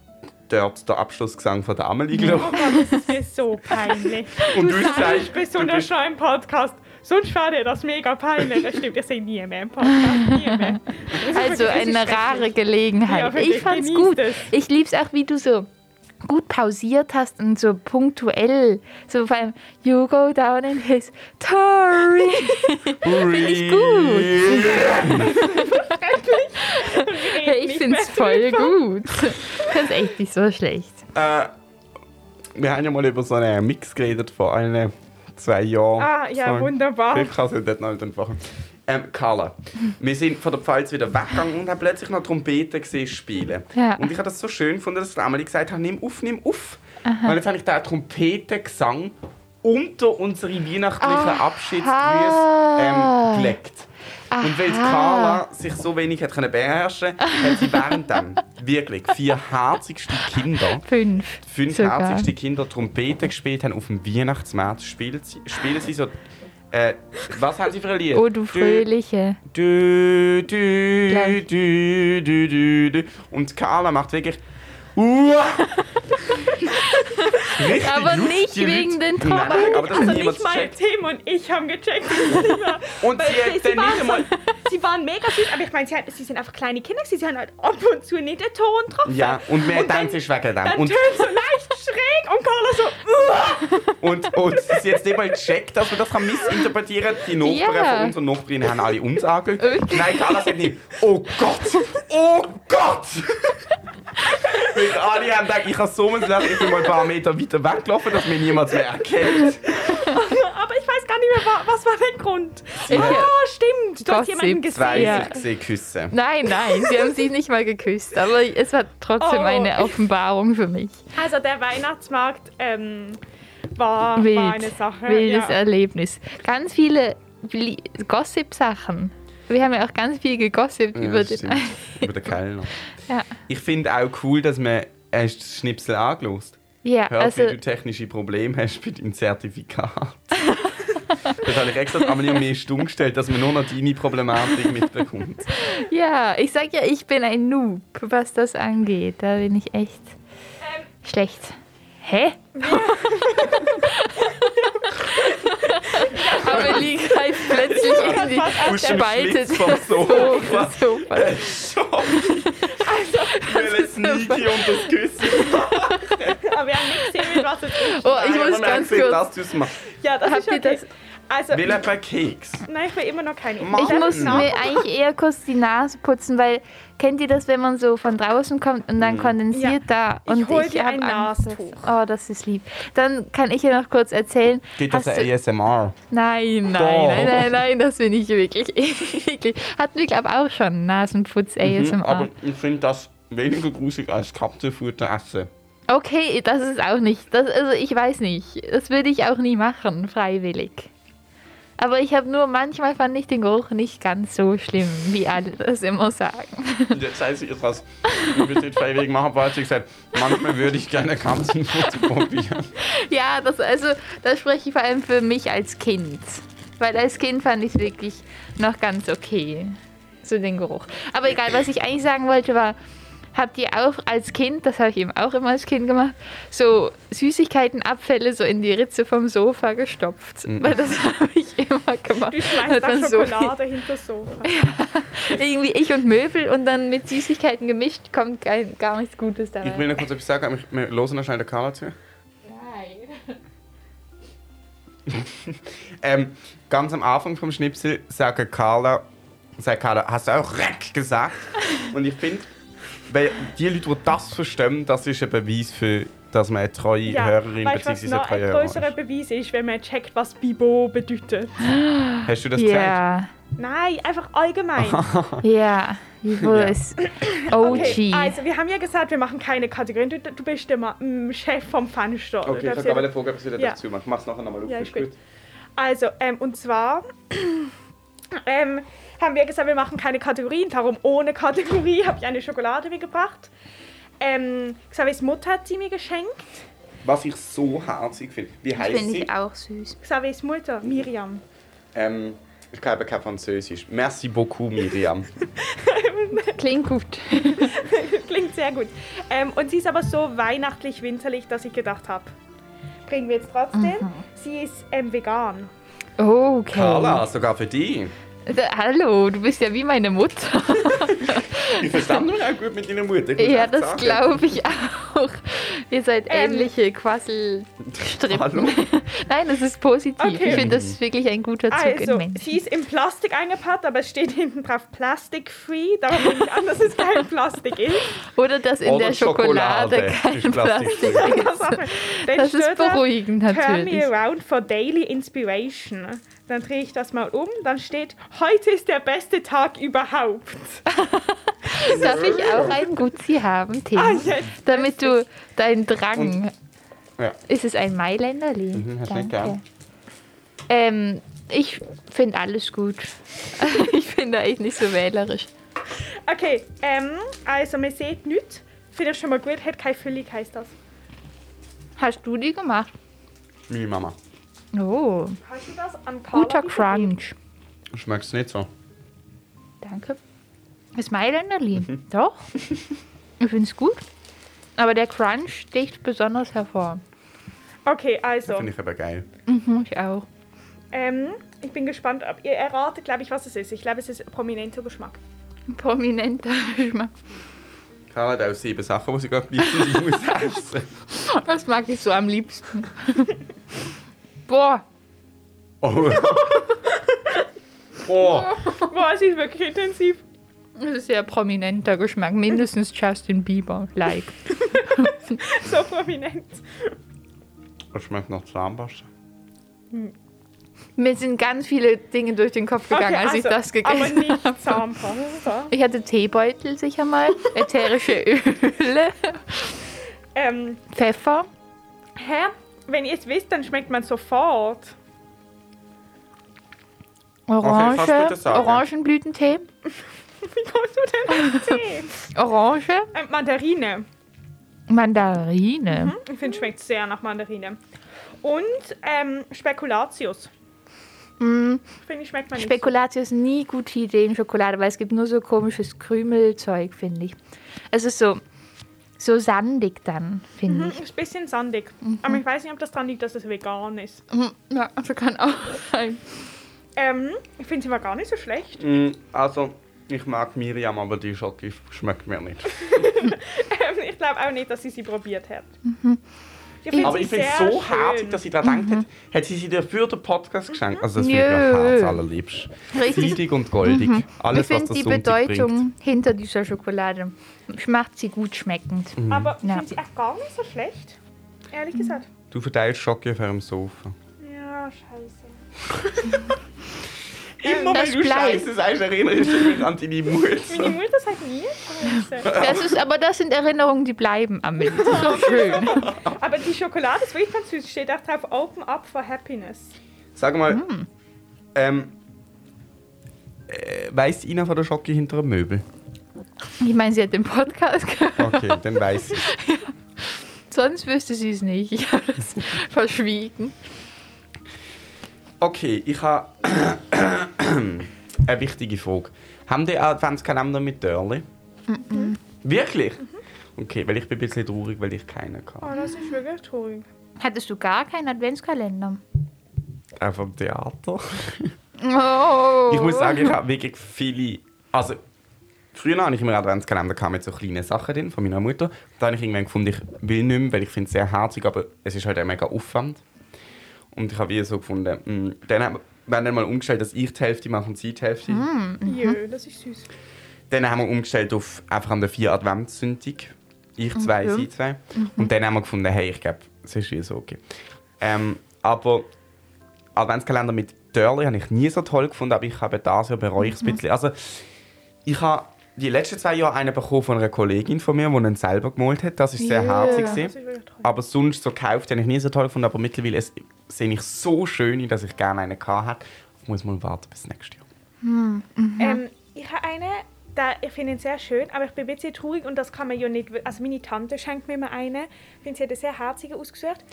S4: dort den Abschlussgesang von der Amelie gelassen.
S2: Das ist so peinlich.
S4: Und du
S2: sagst
S4: sagst, du
S2: besonders
S4: bist-
S2: schon im Podcast. Sonst wäre dir das mega peinlich. Das stimmt, ich sehe nie mehr im Podcast. Nie mehr. Das ist
S1: Also
S2: wirklich- das ist
S1: eine rare Gelegenheit.
S2: Ja,
S1: ich
S2: wirklich,
S1: fand's
S2: genieß
S1: gut.
S2: es.
S1: Ich lieb's auch, wie du so gut pausiert hast und so punktuell. So vor allem, you go down in his story. Finde ich gut. ich find's voll gut. Das ist echt nicht so schlecht.
S4: Äh, wir haben ja mal über so einen Mix geredet vor einem zwei Jahren.
S2: Ah, ja,
S4: So.
S2: wunderbar.
S4: Vielleicht kannst du dort noch nicht entfachen. Ähm, Carla, wir sind von der Pfalz wieder weggegangen und haben plötzlich noch Trompeten gesehen spielen.
S1: Ja.
S4: Und ich habe das so schön gefunden, dass die Amelie gesagt hat, nimm auf, nimm auf. Und jetzt habe ich den Trompetengesang unter unsere weihnachtlichen Abschiedsgrüße ähm, gelegt. Und weil Carla sich so wenig hat können beherrschen konnte, hat sie währenddem wirklich vier herzigste Kinder
S1: Fünf.
S4: fünf
S1: sogar.
S4: herzigste Kinder Trompete gespielt haben auf dem Weihnachtsmarkt, spielen sie, spielen sie so. Äh, was haben sie für ein Lied?
S1: Oh, du Fröhliche.
S4: Dü, dü, dü,
S1: Gleich.
S4: dü, dü, dü, dü. Und Carla macht wirklich. Uah! Richtig
S1: Aber
S4: laut,
S1: nicht
S4: die Leute.
S1: wegen den Trompeten.
S4: Nein, aber das
S2: Also
S4: hat niemand
S2: nicht mal
S4: gecheckt.
S2: Tim und ich haben gecheckt. dass es nicht war.
S4: Und
S2: Weil
S4: sie hat dann
S2: waren
S4: nicht einmal.
S2: so- sie waren mega süß, aber ich meine, sie, hat- sie sind einfach kleine Kinder, gewesen, sie haben halt ab und zu nicht den Ton getroffen.
S4: Ja, und wir
S2: Und dann-
S4: denken, es ist wegen dem.
S2: Dann
S4: Und,
S2: tönt so leicht schräg und Carla so, uah.
S4: und, und sie hat jetzt nicht mal gecheckt, dass man das kann missinterpretieren Die Nachbarn
S1: Ja.
S4: von unseren Nachbarinnen haben alle uns angehört. Nein, Carla sagt nicht, oh Gott, oh Gott! Weil alle haben gedacht, ich kann so ein Lachen, ich bin mal ein paar Meter weiter weggelaufen, dass mich niemand mehr erkennt.
S2: aber ich weiß gar nicht mehr, wa- was war der Grund. Ah, stimmt, du hast jemanden gesehen.
S4: Zwei
S1: Ja.
S4: sich gesehen küssen.
S1: Nein, nein, sie haben sich nicht mal geküsst, aber es war trotzdem
S2: Oh.
S1: eine Offenbarung für mich.
S2: Also der Weihnachtsmarkt ähm, war,
S1: Wild,
S2: war eine Sache.
S1: wildes
S2: ja.
S1: Erlebnis. Ganz viele Bli- Gossip-Sachen. Wir haben ja auch ganz viel gegossipt
S4: Ja,
S1: über
S4: das
S1: den.
S4: stimmt. Über den Kellner.
S1: Ja.
S4: Ich finde auch cool, dass man Hast du das Schnipsel angelost?
S1: Ja,
S4: Hört,
S1: also-
S4: wie du technische Probleme hast bei deinem Zertifikat. das habe ich extra einmal um mich stumm gestellt, dass man nur noch deine Problematik mitbekommt.
S1: Ja, ich sag ja, ich bin ein Noob, was das angeht. Da bin ich echt
S2: Ähm.
S1: schlecht. Hä? Amelie greift plötzlich in die
S4: Aus dem
S1: spaltet.
S4: Schlitz vom Sofa.
S1: Sofa. Also,
S4: Weil Sneaky und das Küssen.
S2: Aber wir haben nicht gesehen, mit was es ist.
S1: Oh, ich muss ganz kurz.
S4: Dass du's machst.
S2: Ja, das ist okay. Also,
S4: Will etwa Keks?
S2: nein, ich will immer noch keine.
S1: Ich
S2: darf
S1: muss
S2: nachgucken.
S1: mir eigentlich eher kurz die Nase putzen, weil kennt ihr das, wenn man so von draußen kommt und
S4: Mhm.
S1: dann kondensiert da? Und
S2: Ich hol dir
S1: hab
S2: ein
S1: Angst, dass- Oh, das ist lieb. Dann kann ich ja noch kurz erzählen.
S4: Geht das
S1: hast
S4: ein
S1: du-
S4: ASMR?
S1: Nein, nein,
S4: Doch.
S1: nein, nein, nein, das bin ich wirklich. wirklich. Hatten wir, glaube ich, auch schon einen Nasenputz
S4: Mhm,
S1: ASMR.
S4: aber ich finde das weniger grusig als Katzenfutter essen.
S1: okay, das ist auch nicht. Das, also ich weiß nicht. Das würde ich auch nie machen, freiwillig. Aber ich habe nur manchmal fand ich den Geruch nicht ganz so schlimm, wie alle das immer sagen.
S4: Und Jetzt heißt ich etwas, ich würde nicht freiwillig machen, weil sie gesagt manchmal würde ich gerne Katzenfutter probieren.
S1: Ja, das also, da spreche ich vor allem für mich als Kind. Weil als Kind fand ich es wirklich noch ganz okay. So den Geruch. Aber egal, was ich eigentlich sagen wollte, war, habt ihr auch als Kind, das habe ich eben auch immer als Kind gemacht, so Süßigkeitenabfälle so in die Ritze vom Sofa gestopft?
S2: Mhm.
S1: Weil das habe ich immer gemacht.
S2: Du
S1: Hat
S2: schmeißt
S1: man
S2: auch
S1: so
S2: Schokolade hinter das Sofa.
S1: irgendwie ich und Möbel und dann mit Süßigkeiten gemischt, kommt kein, gar nichts Gutes dabei.
S4: Ich will noch kurz etwas sagen, aber ich- wir hören noch schnell den Karl zu.
S1: Nein.
S4: Ähm, ganz am Anfang vom Schnipsel sagt Carla, sagt Carla, hast du auch Reck gesagt? Und ich finde, weil die Leute, die das verstehen, das ist ein Beweis für, dass man eine treue Hörerin
S2: weißt du, was
S4: bzw. ein
S2: noch ein
S4: treuer Hörer ist.
S2: größerer Beweis ist, wenn man checkt, was Bibo bedeutet?
S4: Hast du das
S1: Ja.
S2: Nein, einfach allgemein.
S1: Ja, Ivo
S4: Ja.
S1: ist OG.
S2: Okay, also wir haben ja gesagt, wir machen keine Kategorien. Du, du bist immer mm, Chef vom Fenster. Du
S4: Okay, ich
S2: darfst
S4: habe gerade
S2: jeder-
S4: Frage, ob ich wieder
S2: Ja.
S4: dazu mache. Ich mache es nachher nochmal auf.
S2: Ja,
S4: ist
S2: ist gut. Also, ähm, und zwar ähm, haben wir gesagt, wir machen keine Kategorien, darum ohne Kategorie habe ich eine Schokolade mitgebracht. Ähm, Xaviers Mutter hat sie mir geschenkt.
S4: Was ich so herzig finde. Wie heißt sie?
S1: auch süß.
S2: Xaviers Mutter, Miriam.
S4: Ähm, ich glaube kein Französisch. Merci beaucoup, Miriam.
S1: Klingt gut.
S2: Klingt sehr gut. Ähm, und sie ist aber so weihnachtlich winterlich, dass ich gedacht habe, bringen wir jetzt trotzdem.
S1: Mhm.
S2: Sie ist ähm, vegan.
S1: Okay.
S4: Carla,
S1: Hm.
S4: sogar für dich.
S1: Da, hallo, du bist ja wie meine Mutter.
S4: Ich verstand nur auch gut mit deiner Mutter. Ich muss
S1: ja,
S4: echt
S1: das
S4: sagen.
S1: glaube ich auch. Ihr seid
S2: Ähm.
S1: ähnliche Quasselstrippen. Nein, das ist positiv.
S2: Okay.
S1: Ich finde, das ist wirklich ein guter Zug in
S2: Also,
S1: Menschen.
S2: sie ist in Plastik eingepackt, aber es steht hinten drauf Plastic Free. Darum nehme ich an, dass es kein Plastik ist.
S1: Oder dass in
S2: Oder
S1: der Schokolade,
S2: Schokolade
S1: kein
S2: ist
S1: Plastik
S2: plastikfrei.
S1: ist.
S2: Dann
S1: Das ist
S2: steht da,
S1: beruhigend
S2: Turn
S1: natürlich.
S2: me around for daily inspiration. Dann drehe ich das mal um. Dann steht, heute ist der beste Tag überhaupt.
S1: Darf ich auch ein Gutzi haben, Tim?
S2: Ah, jetzt
S1: Damit du deinen Drang.
S4: Ja.
S1: Ist es ein Mailänderli? Mhm,
S4: hast du Hm, nicht gern.
S1: Ähm, ich finde alles gut. ich bin da echt nicht so wählerisch.
S2: Okay, ähm, also man sieht nichts. Finde ich schon mal gut. Hat keine Füllig heißt das.
S1: Hast du die gemacht?
S4: Meine Mama.
S1: Oh,
S2: Hast du das an Carla
S1: guter
S2: gegeben?
S1: Crunch.
S4: Schmeckst nicht so?
S1: Danke. Das Mailänderli. Doch. Ich finde es gut. Aber der Crunch sticht besonders hervor.
S2: Okay, also.
S4: Finde ich aber geil.
S1: Mhm, ich auch.
S2: Ähm, ich bin gespannt, ob ihr erratet, glaube ich, was es ist. Ich glaube, es ist prominenter Geschmack.
S1: Prominenter Geschmack.
S4: Carla hat auch sieben Sachen, die sie gerade gleichzeitig muss essen.
S1: Das mag ich so am liebsten. Boah.
S4: Oh. Boah.
S2: Boah, es ist wirklich intensiv.
S1: Das ist ja prominenter Geschmack. Mindestens Justin Bieber. Like.
S2: so prominent.
S4: Das schmeckt nach Zahnpasta.
S1: Mir sind ganz viele Dinge durch den Kopf gegangen,
S2: Okay,
S1: als ich
S2: also,
S1: das gegessen
S2: Aber nicht
S1: habe.
S2: Zahnpasta.
S1: Ich hatte Teebeutel sicher mal, ätherische Öle,
S2: Ähm,
S1: Pfeffer.
S2: hä? Wenn ihr es wisst, dann schmeckt man sofort.
S1: Orange,
S2: Okay, fast gute Sache.
S1: Orangenblütentee,
S2: Wie kommst du denn auf Tee?
S1: Orange,
S2: Ähm, Mandarine.
S1: Mandarine.
S2: Mhm. Ich finde, schmeckt sehr nach Mandarine. Und ähm, Spekulatius.
S1: Mm,
S2: Finde ich, schmeckt man nicht.
S1: Spekulatius nie gute Idee in Schokolade, weil es gibt nur so komisches Krümelzeug, finde ich. Es ist so, so sandig dann, finde
S2: Mhm, ist ein bisschen sandig.
S1: Mhm.
S2: Aber ich weiß nicht, ob das daran liegt, dass es vegan ist.
S1: ich. Ja, also kann auch sein.
S2: Ähm, ich finde sie war gar nicht so schlecht.
S4: Mm, Also, ich mag Miriam, aber die Schoki schmeckt mir nicht.
S2: Ähm, ich glaube auch nicht, dass sie sie probiert hat.
S1: Mhm.
S2: Ich
S4: aber
S2: sie
S4: ich finde es
S2: sehr
S4: so
S2: schön.
S4: herzig, dass sie da denkt, hat, hat sie sie dafür den Podcast geschenkt. Also, das
S1: Mhm. Nö.
S4: finde ich am Herz allerliebst.
S1: Richtig.
S4: Friedig und goldig.
S1: Mhm. ich
S4: Alles, was
S1: finde
S4: das
S1: die
S4: Sonntag
S1: Bedeutung
S4: bringt.
S1: hinter dieser Schokolade macht sie gut schmeckend.
S4: Mhm.
S2: Aber ich
S1: Ja. Mhm.
S2: finde sie echt gar nicht so schlecht. Ehrlich gesagt.
S4: Du verteilst Schoki auf ihrem Sofa.
S2: Ja, scheiße.
S4: Immer wenn
S1: das
S4: du
S1: bleibt. Mhm.
S4: Scheiße sagst, erinnere ich mich an deine
S2: Meine
S4: Mutter.
S2: Mutter sagt nie scheiße.
S1: Das ist, aber das sind Erinnerungen, die bleiben am Ende. Das ist doch schön.
S2: Aber die Schokolade ist wirklich ganz süß. Steht auch drauf, open up for happiness.
S4: Sag mal, ähm, äh, weiss Ina von der Schoki hinter dem Möbel?
S1: Ich meine, sie hat den Podcast gehört.
S4: Okay, dann weiss ich.
S1: Sonst wüsste sie es nicht. Ich habe das verschwiegen.
S4: Okay, ich habe eine wichtige Frage. Haben die Adventskalender mit Dörli? Wirklich? Okay, weil ich bin ein bisschen traurig, weil ich keinen
S2: Oh,
S4: kann.
S2: das ist wirklich traurig.
S1: Hattest du gar keinen Adventskalender?
S4: Auch vom Theater.
S1: Oh.
S4: Ich muss sagen, ich habe wirklich viele. Also, früher hatte ich immer einen Adventskalender gehabt mit so kleinen Sachen drin von meiner Mutter. Dann habe ich irgendwann gefunden, ich will nicht mehr, weil ich finde es sehr herzig, aber es ist halt auch mega Aufwand. Und ich habe wie so gefunden, mh, dann haben wir wir haben dann mal umgestellt, dass ich die Hälfte mache und sie die Hälfte.
S2: Jö, das ist süß.
S4: Dann haben wir umgestellt auf einfach an der vier Adventssündig. Ich
S12: Ah,
S4: zwei,
S2: Mhm.
S4: sie zwei. Und dann haben wir gefunden, hey, ich glaube, es ist wie so okay. Ähm, aber Adventskalender mit Dörli habe ich nie so toll gefunden, aber ich habe das Jahr bereue ich es ein
S12: Mhm.
S4: bisschen. Also, ich habe die letzten zwei Jahre einen bekommen von einer Kollegin von mir, die ihn selber gemalt hat. Das ist sehr
S12: Yeah.
S4: herzig.
S12: Das
S4: gewesen.
S12: ist wirklich toll.
S4: Aber sonst so gekauft, den habe ich nie so toll gefunden. Aber mittlerweile es- sehe ich so schön, dass ich gerne einen hatte. Ich muss mal warten bis nächstes Jahr.
S2: Ähm, ich habe eine, da, ich finde ihn sehr schön, aber ich bin ein bisschen traurig und das kann man ja nicht. Also meine Tante schenkt mir immer eine. Ich finde, sie hat einen sehr herzigen ausgesucht.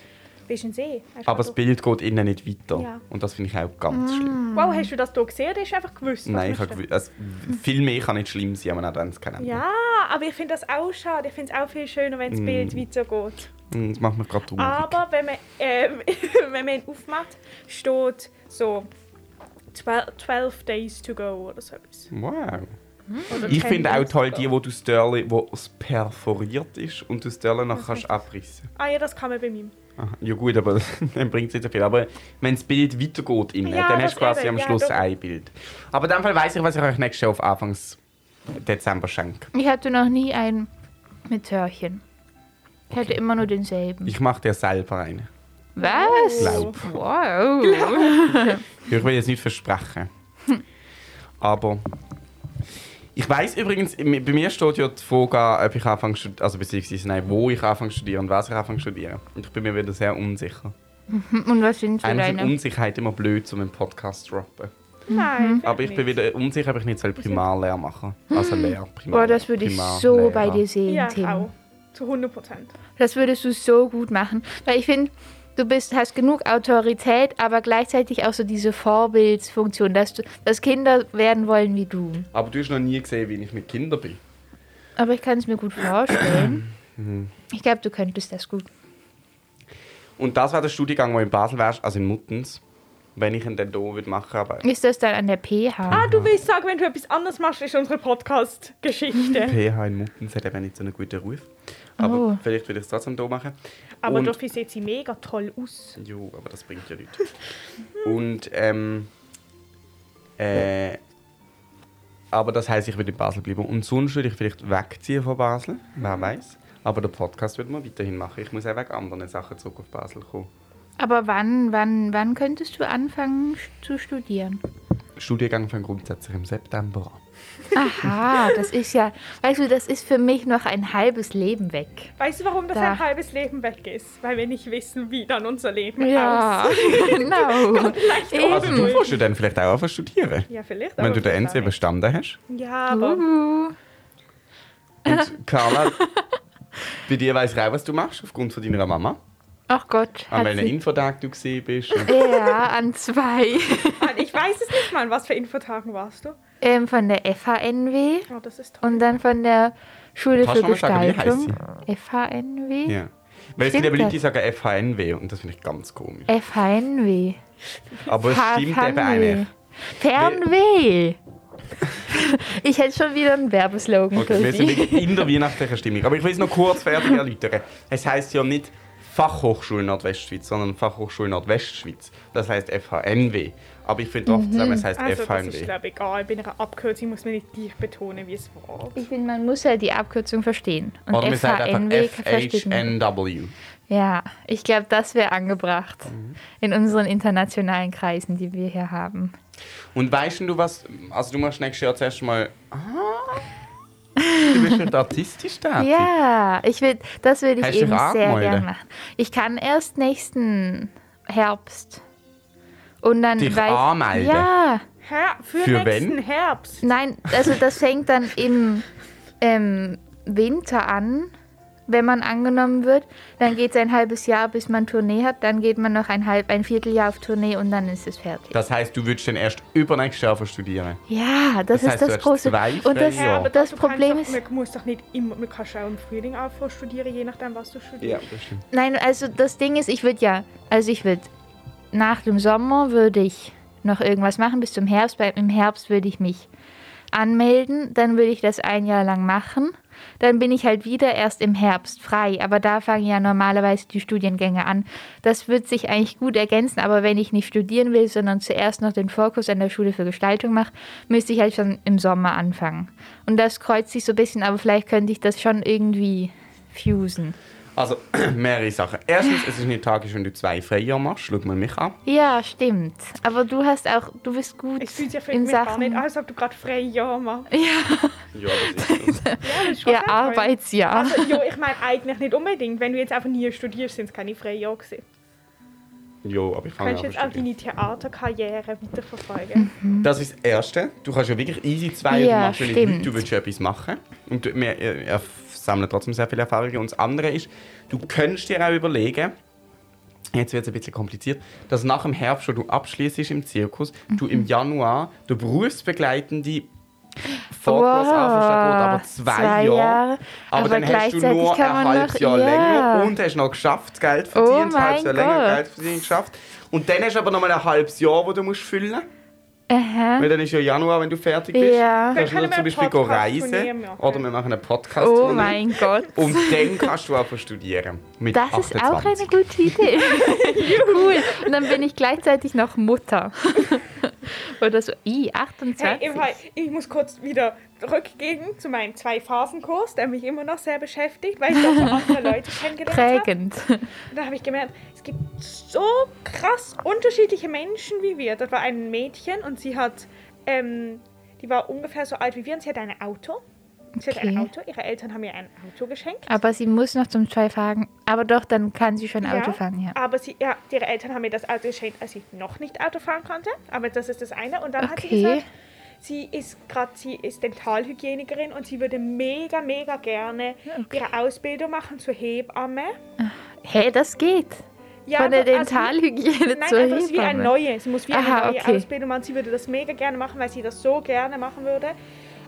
S2: Bist du ein See? Hast du
S4: Aber das
S2: da-
S4: Bild geht innen nicht weiter.
S2: Ja.
S4: Und das finde ich auch ganz schlimm.
S2: Wow, hast du das hier gesehen oder hast du einfach gewusst? was
S4: Nein,
S2: wir
S4: ich habe
S2: schreiben?
S4: gewi- also, viel mehr kann nicht schlimm sein, wenn man es kennen.
S2: Ja, aber ich finde das auch schade. Ich finde es auch viel schöner, wenn das
S4: Mm.
S2: Bild weitergeht.
S4: Das macht mir gerade traurig.
S2: Aber wenn man, ähm, wenn man ihn aufmacht, steht so 12, 12 Days to go oder so etwas.
S4: Wow.
S2: Oder
S4: Ich
S2: kein
S4: finde auch
S2: Bild
S4: toll
S2: sogar.
S4: die, wo du das Dörrli, wo es perforiert ist und du das Dörrli noch
S2: Das
S4: kannst abreißen.
S2: Ah ja, das kann man bei
S1: Mhm.
S2: mir.
S4: Aha. Ja gut, aber dann bringt es nicht so viel. Aber wenn das Bild weitergeht, innen,
S2: Ja,
S4: dann hast
S2: das
S4: du quasi
S2: eben.
S4: am
S2: Ja,
S4: Schluss
S2: doch.
S4: ein Bild. Aber in dem Fall weiß ich, was ich euch nächstes Jahr auf Anfangs Dezember schenke.
S1: Ich hatte noch nie einen mit Hörchen. Ich hatte immer nur denselben.
S4: Ich mache dir selber eine.
S1: Was?
S4: Glaub.
S1: Wow.
S4: Ja, Ich will jetzt nicht versprechen.
S1: Hm.
S4: Aber ich weiß übrigens, bei mir steht ja die Frage, an, ob ich anfange zu studieren, also beziehungsweise nein, wo ich anfange zu studieren und was ich anfange zu studieren. Und ich bin mir wieder sehr unsicher.
S1: Und was sind so
S4: Eigentlich ist
S1: deine?
S4: Unsicherheit immer blöd, um einen Podcast zu droppen.
S1: Nein,
S4: Aber ich bin wieder unsicher, ob ich nicht soll Primarlehre machen soll. Also Lehre, Primar.
S1: Boah, das würde ich so bei dir sehen,
S2: Ja,
S1: Tim.
S2: auch. Zu 100 Prozent.
S4: Mhm.
S1: Das würdest du so gut machen. Weil ich finde, du bist, hast genug Autorität, aber gleichzeitig auch so diese Vorbildsfunktion, dass, du, dass Kinder werden wollen wie du.
S4: Aber du hast noch nie gesehen, wie ich mit Kindern bin.
S1: Aber ich kann es mir gut vorstellen.
S4: Mhm.
S1: Ich glaube, du könntest das gut.
S4: Und das war der Studiengang, wo in Basel wärst, also in Muttens, wenn ich ihn dann hier würde machen würde.
S1: Ist das dann an der PH?
S2: Ah, du willst sagen, wenn du etwas anderes machst, ist unsere Podcast-Geschichte.
S4: PH in Muttens hat eben nicht so einen guten Ruf. Aber
S2: Oh.
S4: vielleicht will ich es trotzdem hier machen.
S2: Aber
S4: und,
S2: dafür sieht sie mega toll aus.
S4: Jo, aber das bringt ja nichts. und, ähm. Äh, aber das heisst, ich würde in Basel bleiben. Und sonst würde ich vielleicht wegziehen von Basel,
S2: Mhm.
S4: wer weiß. Aber den Podcast wird man weiterhin machen. Ich muss auch wegen anderen Sachen zurück auf Basel kommen.
S1: Aber wann, wann, wann könntest du anfangen sch- zu studieren?
S4: Studiengang fängt grundsätzlich im September an.
S1: Aha, das ist ja, weißt du, das ist für mich noch ein halbes Leben weg.
S2: Weißt du, warum das
S1: Da.
S2: ein halbes Leben weg ist? Weil wir nicht wissen, wie dann unser Leben
S1: Ja,
S2: aussieht.
S1: genau.
S2: Vielleicht
S1: Eben.
S4: Also, du
S2: unberuhigt.
S4: musst ja dann vielleicht auch einfach studieren.
S2: Mhm. Ja, vielleicht,
S4: Wenn
S2: aber
S4: du den
S2: vielleicht
S4: NC
S2: auch nicht.
S1: Mhm.
S4: bestanden hast.
S2: Ja, aber.
S4: Und Carla, Bei dir weiss ich auch, was du machst, aufgrund von deiner Mama.
S1: Ach Gott.
S4: An
S1: hat
S4: welchem
S1: sie-
S4: Infotag du gesehen bist.
S1: Ja, an zwei.
S2: Mann, ich weiß es nicht mal, an was für Infotagen warst du?
S1: ähm, von der FHNW
S2: Oh, das ist
S1: und dann von der Schule für
S4: Kannst du noch mal sagen, wie
S1: Gestaltung. FHNW?
S4: Ja. Weil es gibt ja
S1: Äh, Stimmt Äh,
S4: Leute, die sagen FHNW und das finde ich ganz komisch.
S1: FHNW.
S4: Aber es stimmt eben auch nicht.
S1: Fernweh. Ich hätte schon wieder einen Werbeslogan
S4: Okay,
S1: für
S4: wir sind
S1: dich.
S4: wirklich in der weihnachtlichen Stimmung. Aber ich will es noch kurz fertig erläutern. Es heisst ja nicht Fachhochschule Nordwestschweiz, sondern Fachhochschule Nordwestschweiz. Das heisst FHNW. Aber ich finde trotzdem, es heisst
S2: also, das ist,
S4: FHNW.
S2: glaube ich, egal. Bei einer Abkürzung muss man nicht gleich betonen, wie es war.
S1: Ich finde, man muss ja die Abkürzung verstehen. Und
S4: Oder wir sagen
S1: FHNW
S4: halt einfach
S1: versteht man.
S4: FHNW.
S1: Ja, ich glaube, das wäre angebracht
S4: Mhm.
S1: in unseren internationalen Kreisen, die wir hier haben.
S4: Und weißt du was? Also du machst nächstes Jahr zuerst mal. Ah, du bist ja die Artistin-Stätin.
S1: Ja, ich will, das würde ich
S4: Hast du
S1: eben
S4: dich
S1: sehr
S4: angemeldet?
S1: gerne machen. Ich kann erst nächsten Herbst. Und dann
S4: Dich
S1: weiß,
S4: anmelden?
S1: Ja.
S2: Her für,
S4: Für
S2: nächsten
S4: wenn?
S2: Herbst.
S1: Nein, also das fängt dann im ähm, Winter an, wenn man angenommen wird. Dann geht es ein halbes Jahr, bis man Tournee hat. Dann geht man noch ein, halb, ein Vierteljahr auf Tournee und dann ist es fertig.
S4: Das heisst, du würdest dann erst übernächstes Jahr studieren.
S1: Ja, das,
S4: Das heißt,
S1: ist
S4: du
S1: das
S4: hast
S1: große.
S4: zwei
S1: Und das,
S4: freie Jahre.
S1: das
S2: Du
S1: Problem
S2: kannst
S1: ist.
S2: doch, Man muss doch nicht immer, man kann schon auch im Frühling aufhören studieren, je nachdem, was du studierst.
S4: das stimmt.
S1: Nein, also das Ding ist, ich würde ja, also ich würde, nach dem Sommer würde ich noch irgendwas machen, bis zum Herbst. Bei, Im Herbst würde ich mich anmelden, dann würde ich das ein Jahr lang machen. Dann bin ich halt wieder erst im Herbst frei, aber da fangen ja normalerweise die Studiengänge an. Das wird sich eigentlich gut ergänzen, aber wenn ich nicht studieren will, sondern zuerst noch den Vorkurs an der Schule für Gestaltung mache, müsste ich halt schon im Sommer anfangen. Und das kreuzt sich so ein bisschen, aber vielleicht könnte ich das schon irgendwie fusen.
S4: Also, mehrere Sachen. Erstens, es ist nicht tragisch, wenn du zwei Freijahre machst. Schau mal mich an.
S1: Ja, stimmt. Aber du hast auch, du bist gut
S2: Es fühlt sich für
S1: in
S2: mich gar
S1: Sachen
S2: nicht Also, an, als ob du gerade frei Jahr machst.
S4: Ja, das ist
S2: Ja, das ist
S1: Ja,
S2: schon sehr toll.
S1: Arbeitsjahr.
S2: Also, ja, ich meine eigentlich nicht unbedingt. Wenn du jetzt einfach nie studierst, sind es keine freien Jahre gewesen.
S1: Ah,
S4: Jo, aber ich
S2: Du
S4: fange
S2: kannst
S4: an.
S2: jetzt auch deine Theaterkarriere
S1: Hm,
S2: weiterverfolgen.
S4: Das ist das Erste. Du kannst ja wirklich easy zwei
S2: Ja,
S4: ja, machen, wenn
S2: stimmt.
S4: Leute, du willst ja etwas machen. Und du- wir äh, erf- sammeln trotzdem sehr viele Erfahrungen. Und das andere ist, du könntest dir auch überlegen, jetzt wird es ein bisschen kompliziert, dass nach dem Herbst, schon du abschließest im Zirkus,
S1: Mhm.
S4: du im Januar der berufsbegleitende Vorkurs
S1: Wow,
S4: anfängst, das geht aber zwei,
S1: zwei
S4: Jahre.
S1: Jahre.
S4: Aber,
S1: Aber
S4: dann hast du
S1: gleichzeitig
S4: nur
S1: kann
S4: ein
S1: man
S4: halbes
S1: noch-
S4: Jahr
S1: ja.
S4: länger und hast noch geschafft, Geld
S1: Oh
S4: verdient, ein halbes
S1: mein
S4: Jahr länger
S1: Gott.
S4: Geld verdient, geschafft. Und dann hast du aber noch mal ein halbes Jahr, wo du musst füllen musst. Weil
S1: Aha.
S4: dann ist ja Januar, wenn du fertig bist.
S1: Ja.
S4: Dann kannst
S1: Dann
S4: du
S1: können wir
S4: zum Beispiel gehen
S1: Podcast
S4: reisen
S1: turnieren machen.
S4: oder wir machen einen Podcast.
S1: Oh
S4: turnieren.
S1: mein Gott.
S4: Und dann kannst du einfach studieren. Mit
S1: Das
S4: 28.
S1: ist auch eine gute Idee. cool. Und dann bin ich gleichzeitig noch Mutter. Oder so. I,
S2: Hey,
S1: 28.
S2: im Fall, ich muss kurz wieder zurückgehen zu meinem Zwei-Phasen-Kurs, der mich immer noch sehr beschäftigt, weil ich da so andere Leute kennengelernt habe.
S1: Prägend.
S2: Und da habe ich gemerkt, es gibt so krass unterschiedliche Menschen wie wir. Das war ein Mädchen und sie hat, ähm, die war ungefähr so alt wie wir und sie hat ein Auto. Sie hat ein
S1: Okay.
S2: Auto, ihre Eltern haben ihr ein Auto geschenkt.
S1: Aber sie muss noch zum Zwei fahren. Aber doch, dann kann sie schon
S2: Ja,
S1: Auto fahren, ja.
S2: Aber sie, ja, ihre Eltern haben ihr das Auto geschenkt, als sie noch nicht Auto fahren konnte. Aber das ist das eine. Und dann hat sie
S1: Okay.
S2: gesagt, sie ist gerade, sie ist Dentalhygienikerin und sie würde mega, mega gerne ihre Ausbildung machen zur Hebamme.
S1: Hey, das geht. Von der
S2: also- also-
S1: Dentalhygiene
S2: Nein,
S1: zur
S2: also es ist wie eine
S1: Hebamme.
S2: neue. Sie muss wie eine
S1: Aha,
S2: neue
S1: okay.
S2: Ausbildung machen. Sie würde das mega gerne machen, weil sie das so gerne machen würde.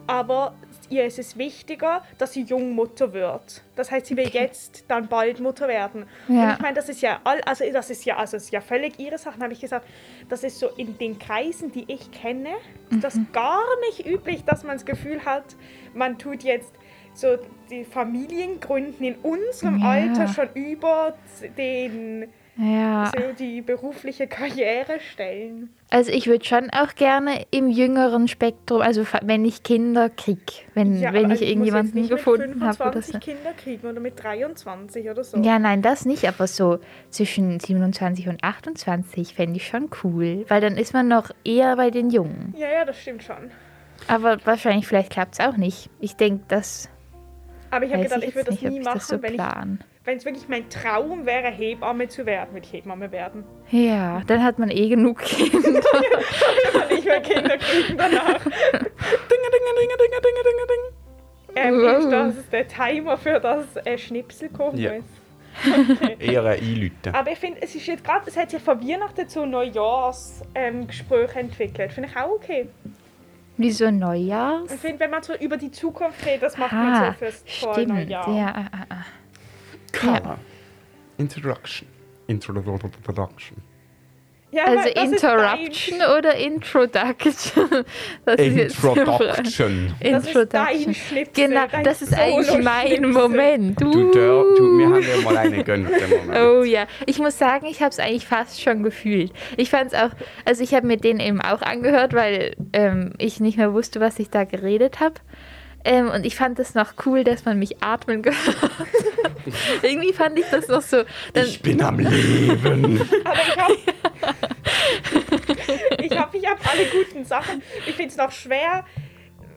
S2: Aber ihr ist es wichtiger, dass sie jung Mutter wird. Das heißt, sie will jetzt dann bald Mutter werden. Und
S1: Ja.
S2: ich meine, das ist ja all, also das ist ja, also es ist ja völlig ihre Sache. Dann habe ich gesagt, das ist so in den Kreisen, die ich kenne,
S1: Mhm.
S2: ist das gar nicht üblich, dass man das Gefühl hat, man tut jetzt so die Familiengründen in unserem
S1: Ja.
S2: Alter schon über den
S1: Ja.
S2: so die berufliche Karriere stellen.
S1: Also ich würde schon auch gerne im jüngeren Spektrum, also fa- wenn ich Kinder krieg, wenn,
S2: Ja,
S1: Hm, wenn
S2: aber
S1: ich
S2: muss jetzt
S1: irgendjemanden
S2: nicht
S1: gefunden
S2: mit
S1: habe oder so.
S2: 25 Kinder kriegen oder mit 23 oder so.
S1: Ja, nein, das nicht, aber so zwischen 27 und 28 fände ich schon cool, weil dann ist man noch eher bei den Jungen.
S2: ja, ja, das stimmt schon.
S1: Aber wahrscheinlich, vielleicht klappt es auch nicht. Ich denke, das
S2: Aber ich habe
S1: weiß
S2: gedacht, ich, würde
S1: jetzt
S2: das
S1: nicht,
S2: nie
S1: ob
S2: machen,
S1: das so
S2: wenn
S1: plan.
S2: ich, wenn es wirklich mein Traum wäre, Hebamme zu werden, würde ich Hebamme werden.
S1: Ja, dann hat man eh genug Kinder.
S2: Wenn ich mehr Kinder kriegen danach. Dinge, dinge, dinge, dinge, dinge, dinge, ähm, ist,
S1: Wow.
S2: dass der Timer für das äh, Schnipsel kommen
S4: Ja.
S2: muss.
S4: Eher einläuten.
S2: Aber ich finde, es ist jetzt gerade, es hat sich von Weihnachten zu Neujahrsgesprächen ähm, Gesprächen entwickelt. Finde ich auch okay.
S1: Wieso Neujahr?
S2: Ich finde, wenn man so über die Zukunft redet, das macht man so
S1: Ah,
S2: fürs
S1: stimmt. Ja,
S2: Vorneujahr.
S1: ah, ah, ah.
S4: Color. Introduction. Introduction.
S2: Ja,
S1: also
S2: weil das ist
S1: Interruption oder Introduction? Das ist jetzt die Frage.
S4: Introduction.
S2: Das ist dein
S1: Introduction.
S2: Schnipsel,
S1: Genau,
S2: dein
S1: das ist eigentlich mein
S2: Solo-Schnipsel.
S1: Moment.
S4: Du, der, du, wir haben ja mal einen gönnt. den Moment.
S1: Oh ja, ich muss sagen, ich habe es eigentlich fast schon gefühlt. Ich fand es auch, also ich habe mir den eben auch angehört, weil ähm, ich nicht mehr wusste, was ich da geredet habe. Ähm, und ich fand es noch cool, dass man mich atmen gehört. hat. Irgendwie fand ich das noch so. Dann,
S4: Ich bin am Leben.
S2: ich habe ich hab alle guten Sachen. Ich finde es noch schwer,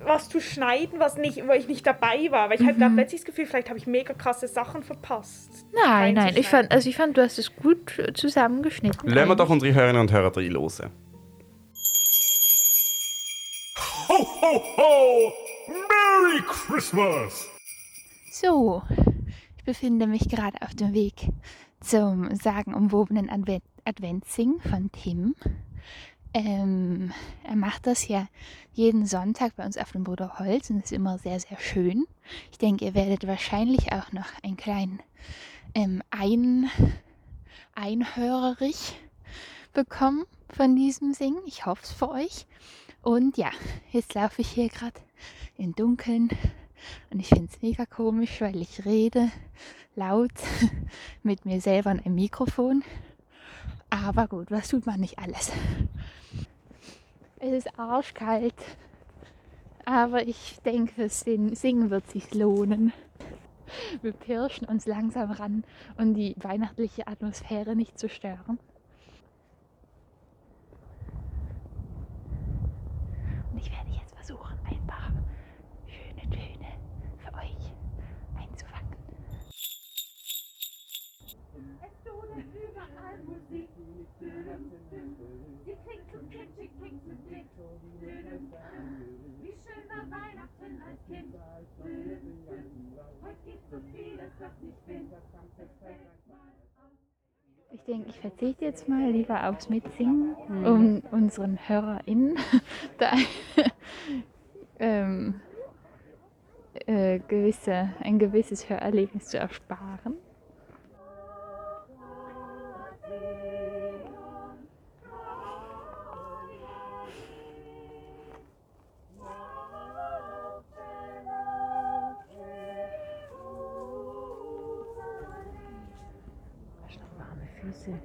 S2: was zu schneiden, was nicht, wo ich nicht dabei war. Weil ich hatte
S1: Mhm.
S2: letztlich das Gefühl, vielleicht habe ich mega krasse Sachen verpasst.
S1: nein, nein, ich fand, also ich fand, du hast es gut zusammengeschnitten.
S4: Lassen wir doch unsere Hörerinnen und Hörer reinhören.
S3: Ho, ho, ho! Merry Christmas!
S9: So, ich befinde mich gerade auf dem Weg zum sagenumwobenen Advent Adventsing von Tim. Ähm, er macht das ja jeden Sonntag bei uns auf dem Bruderholz und ist immer sehr, sehr schön. Ich denke, ihr werdet wahrscheinlich auch noch einen kleinen ähm, ein Einhörerich bekommen von diesem Singen. Ich hoffe es für euch. Und ja, jetzt laufe ich hier gerade im Dunkeln und ich finde es mega komisch, weil ich rede laut mit mir selber in einem Mikrofon. Aber gut, was tut man nicht alles? Es ist arschkalt, aber ich denke, das Sin- Singen wird sich lohnen. Wir pirschen uns langsam ran, um die weihnachtliche Atmosphäre nicht zu stören. Und ich werde jetzt versuchen, ein paar schöne Töne für euch einzufangen. Ich denke, ich verzichte jetzt mal lieber aufs Mitsingen,
S1: Mhm.
S9: um unseren HörerInnen da ähm, äh, gewisse, ein gewisses Hörerlebnis zu ersparen.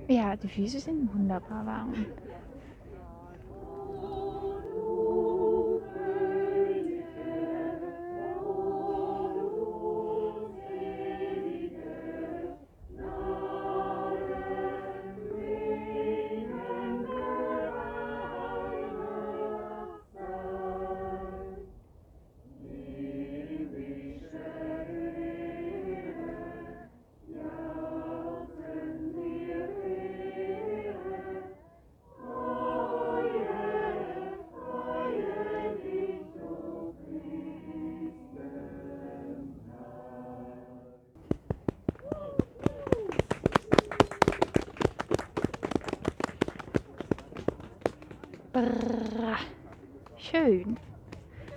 S9: Ja, die Füße sind wunderbar warm. Brrr. Schön.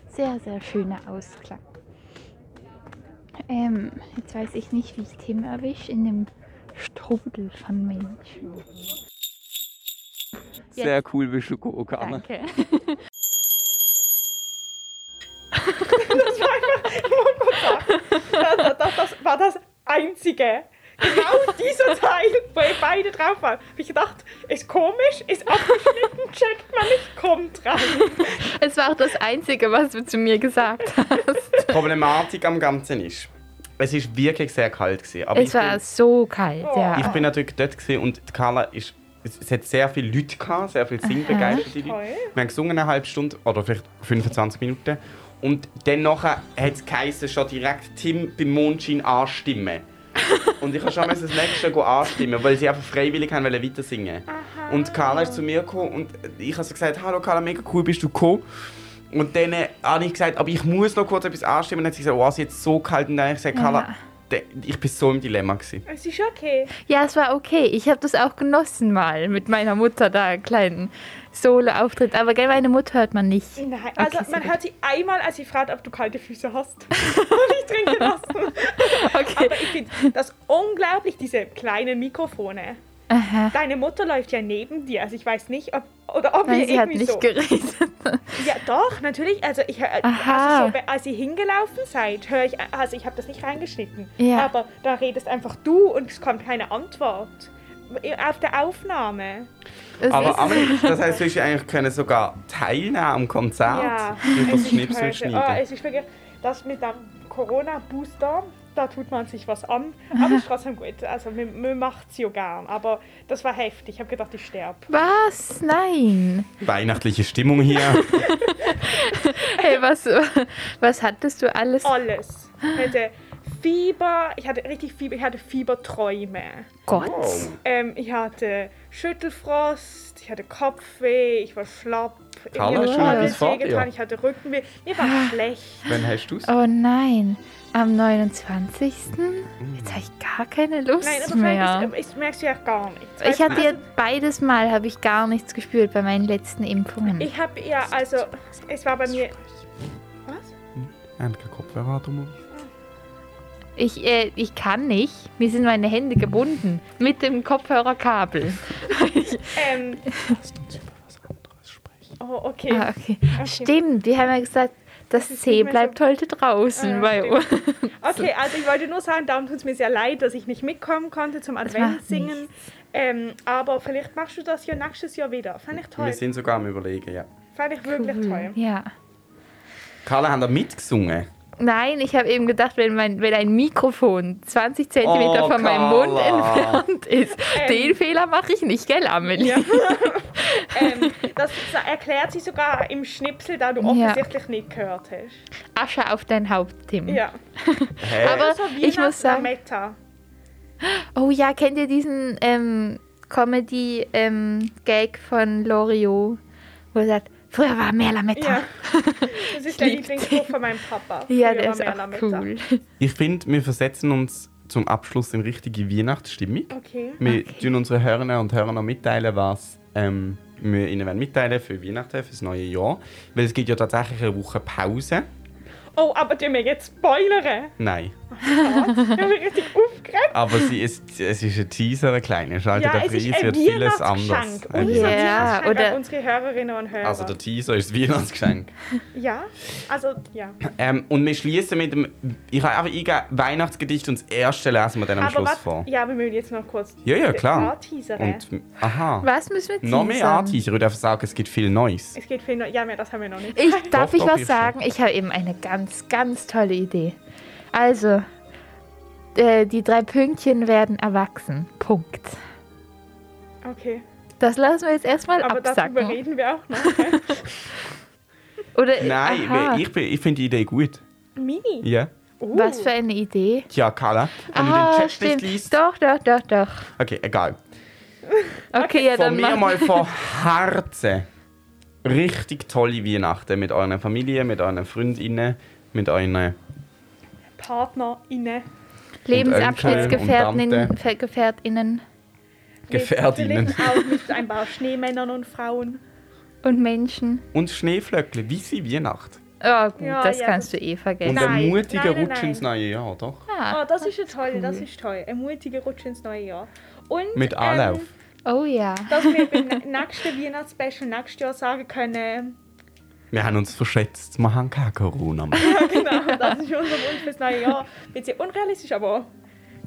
S9: Sehr, sehr schöner Ausklang. Ähm, jetzt weiß ich nicht, wie ich Tim erwische in dem Strudel von Menschen.
S11: Sehr cool bist du gegangen.
S9: Danke.
S2: Das war einfach, ich muss kurz sagen, das, das, das war das Einzige. Genau dieser Teil, wo ihr beide drauf waren. Hab Ich gedacht, ist komisch, ist abgeschnitten, checkt man nicht, kommt rein.
S1: Es war auch das Einzige, was du zu mir gesagt hast.
S4: Die Problematik am Ganzen ist, es ist wirklich sehr kalt. Gewesen, aber
S1: es
S4: ich
S1: war
S4: bin-
S1: so kalt, ja.
S4: Ich bin natürlich dort gewesen und die Carla ist. Es, es hat sehr viele Leute gehabt, sehr viele singbegeisterte
S1: Aha.
S4: Leute. Wir haben gesungen eine halbe Stunde oder vielleicht 25 Minuten. Und dann nachher hat es geheißen, schon direkt Tim beim Mondschein anstimmen. und ich habe schon mal das nächste go anstimmen, weil sie einfach freiwillig haben wollen weiter singen. Und Carla ist zu mir gekommen und ich habe so gesagt, hallo Carla, mega cool bist du gekommen. Und dann äh, habe ich gesagt, aber ich muss noch kurz etwas anstimmen. Und dann hat sie gesagt, wow, sie hat so kalt. Und dann habe ich gesagt,
S1: Ja.
S4: Carla, de- ich bin so im Dilemma. Gewesen.
S2: Es ist okay.
S1: Ja, es war okay. Ich habe das auch genossen mal mit meiner Mutter da, einen kleinen Solo-Auftritt. Aber gell, meine Mutter hört man nicht.
S2: Nein, also
S1: Okay, sehr
S2: man
S1: gut.
S2: hört sie einmal, als sie fragt, ob du kalte Füße hast. Und ich trinke lassen. Aber ich finde das unglaublich, diese kleinen Mikrofone.
S1: Aha.
S2: Deine Mutter läuft ja neben dir, also ich weiß nicht, ob oder ob
S1: Nein,
S2: ihr
S1: sie hat
S2: irgendwie
S1: nicht
S2: so.
S1: geredet.
S2: Ja, doch, natürlich. Also ich hör-
S1: Aha.
S2: also so, als ihr hingelaufen seid, höre ich, also ich habe das nicht reingeschnitten.
S1: Ja.
S2: Aber da redest einfach du und es kommt keine Antwort auf der Aufnahme.
S4: aber Amelie, das heißt, du hättest eigentlich können sogar teilnehmen am Konzert.
S2: Ja,
S4: Und
S2: es
S4: das
S2: ist
S4: Schnipsel
S2: böse.
S4: schneiden.
S2: Ah, es ist wirklich, das mit dem Corona-Booster, da tut man sich was an. Aber es ist trotzdem gut. Also, man, man macht es ja gern. Aber das war heftig. Ich habe gedacht, ich sterbe.
S1: Was? Nein.
S4: Weihnachtliche Stimmung hier.
S1: Hey, was, was hattest du alles?
S2: Oh. Alles. Ich hatte Fieber, ich hatte richtig Fieber, ich hatte Fieberträume.
S1: Gott. Wow.
S2: Ähm, ich hatte Schüttelfrost, ich hatte Kopfweh, ich war schlapp.
S4: Carla,
S2: Irgendwie
S4: ist schon
S2: hat
S4: etwas
S2: es
S4: vor
S2: wehgetan,
S4: dir?
S2: Ich hatte Rückenweh. Mir war schlecht.
S4: Wann hast du's?
S1: Oh nein, am 29. Jetzt habe ich gar keine Lust
S2: Nein, aber
S1: mehr.
S2: vielleicht ist, ist, merkst du ja gar nichts.
S1: ich hatte ja beides Mal, habe ich gar nichts gespürt bei meinen letzten Impfungen.
S2: Ich habe ja, also, es war bei mir. Was?
S4: Endlich Kopfhörer drum.
S1: Ich, äh, ich kann nicht. Mir sind meine Hände gebunden mit dem Kopfhörerkabel.
S2: Ähm. Oh, okay.
S1: Ah, okay. Stimmt, wir haben ja gesagt, das C
S2: nicht mehr so-
S1: bleibt heute draußen
S2: Ah,
S1: bei uns.
S2: Okay, also ich wollte nur sagen, darum tut es mir sehr leid, dass ich nicht mitkommen konnte zum Advent singen. Ähm, aber vielleicht machst du das ja nächstes Jahr wieder. Fand ich toll.
S4: Wir sind sogar am Überlegen, ja.
S2: Fand ich wirklich toll.
S1: Ja.
S4: Carla, haben da mitgesungen?
S1: Nein, ich habe eben gedacht, wenn, mein, wenn ein Mikrofon 20 Zentimeter
S4: Oh,
S1: von meinem Mund
S4: Carla.
S1: entfernt ist, den Fehler mache ich nicht, gell, Amelie?
S2: ähm, das erklärt sich sogar im Schnipsel, da du
S1: Ja.
S2: offensichtlich nicht gehört hast.
S1: Asche auf dein Haupt, Tim.
S2: Ja.
S1: Hä? Aber
S2: Also wie
S1: ich
S2: nach
S1: muss sagen-
S2: Lametta.
S1: Oh ja, kennt ihr diesen ähm, Comedy-Gag von Loriot, wo er sagt, früher war mehr Lametta.
S2: Ja. Das ist der Lieblingsspruch von meinem Papa.
S1: Ja,
S2: Früher
S1: der
S2: war
S1: ist
S2: mehr
S1: auch
S2: Lametta.
S1: cool.
S4: Ich finde, wir versetzen uns zum Abschluss in richtige Weihnachtsstimmung.
S2: Okay.
S4: Wir tun unseren Hörern und Hörern mitteilen, was ähm, wir ihnen wollen mitteilen für Weihnachten, für das neue Jahr. Weil es gibt ja tatsächlich eine Woche Pause.
S2: Oh, aber tun wir jetzt spoilern?
S4: Nein.
S2: Ich bin richtig aufgeregt.
S4: Aber sie ist, es ist ein Teaser, ein kleiner. Schaltet
S2: ja,
S4: der
S2: es
S4: Preis,
S2: ist ein
S4: wird vieles anders.
S2: Weihnachtsgeschenk.
S4: Ein
S2: Unser
S4: Weihnachtsgeschenk.
S2: Weihnachtsgeschenk an unsere Hörerinnen und Hörer.
S4: Also der Teaser ist das Weihnachtsgeschenk.
S2: ja, also ja.
S4: ähm, und wir schließen mit dem. Ich habe einfach eingegeben, Weihnachtsgedicht und das erste lesen wir dann am Schluss
S2: warte,
S4: vor.
S2: Ja, wir müssen jetzt noch kurz äh,
S4: Ja, ja, klar.
S2: anteasern.
S4: Und, aha.
S1: Was müssen wir
S4: Noch mehr
S1: teasern?
S4: anteasern. Ich würde einfach sagen, es gibt viel Neues.
S2: Es geht viel noch. Ja, mehr, das haben wir noch nicht.
S1: Ich, darf
S4: Doch,
S1: ich
S4: doch,
S1: was
S4: ich schon.
S1: sagen? Ich habe eben eine ganz, ganz tolle Idee. Also, äh, die drei Pünktchen werden erwachsen. Punkt.
S2: Okay.
S1: Das lassen wir jetzt erstmal
S2: Aber darüber
S1: absacken.
S2: reden wir auch noch. Okay?
S1: Oder,
S4: Nein,
S1: aha.
S4: ich, bin- ich finde die Idee gut.
S2: Mini. Oh,
S4: Ja.
S1: Was für eine Idee.
S4: Tja, Carla. Wenn du den
S1: Ah,
S4: Chat nicht
S1: stimmt.
S4: liest.
S1: Doch, doch, doch, doch.
S4: Okay, egal.
S1: Okay, ja,
S4: Von
S1: dann
S4: mir
S1: mach-
S4: mal von Herzen. Richtig tolle Weihnachten mit eurer Familie, mit euren Freundinnen, mit euren.
S2: PartnerInnen.
S4: Und Onkel und
S1: Lebensabschnittsgefährtinnen. Ver- Gefährtinnen.
S4: Gefährdinnen.
S2: Auch mit ein paar Schneemännern und Frauen.
S1: Und Menschen.
S4: Und Schneeflöckle, wie sie Weihnacht.
S1: Oh, gut,
S2: Ja,
S1: das
S2: ja,
S1: kannst
S2: das-
S1: du eh vergessen.
S4: Und ein mutiger
S2: nein, nein,
S4: Rutsch
S2: nein.
S4: ins neue Jahr, doch?
S2: oh, das, ist ja toll, das ist toll. Ein mutiger Rutsch ins neue Jahr. Und ähm,
S4: Mit Anlauf.
S1: oh ja.
S2: dass wir beim nächsten Weihnachtsspecial nächstes Jahr sagen können,
S4: Wir haben uns verschätzt, wir haben kein Corona mehr.
S2: genau, das ist unser Wunsch fürs neue Jahr. Bisschen unrealistisch, aber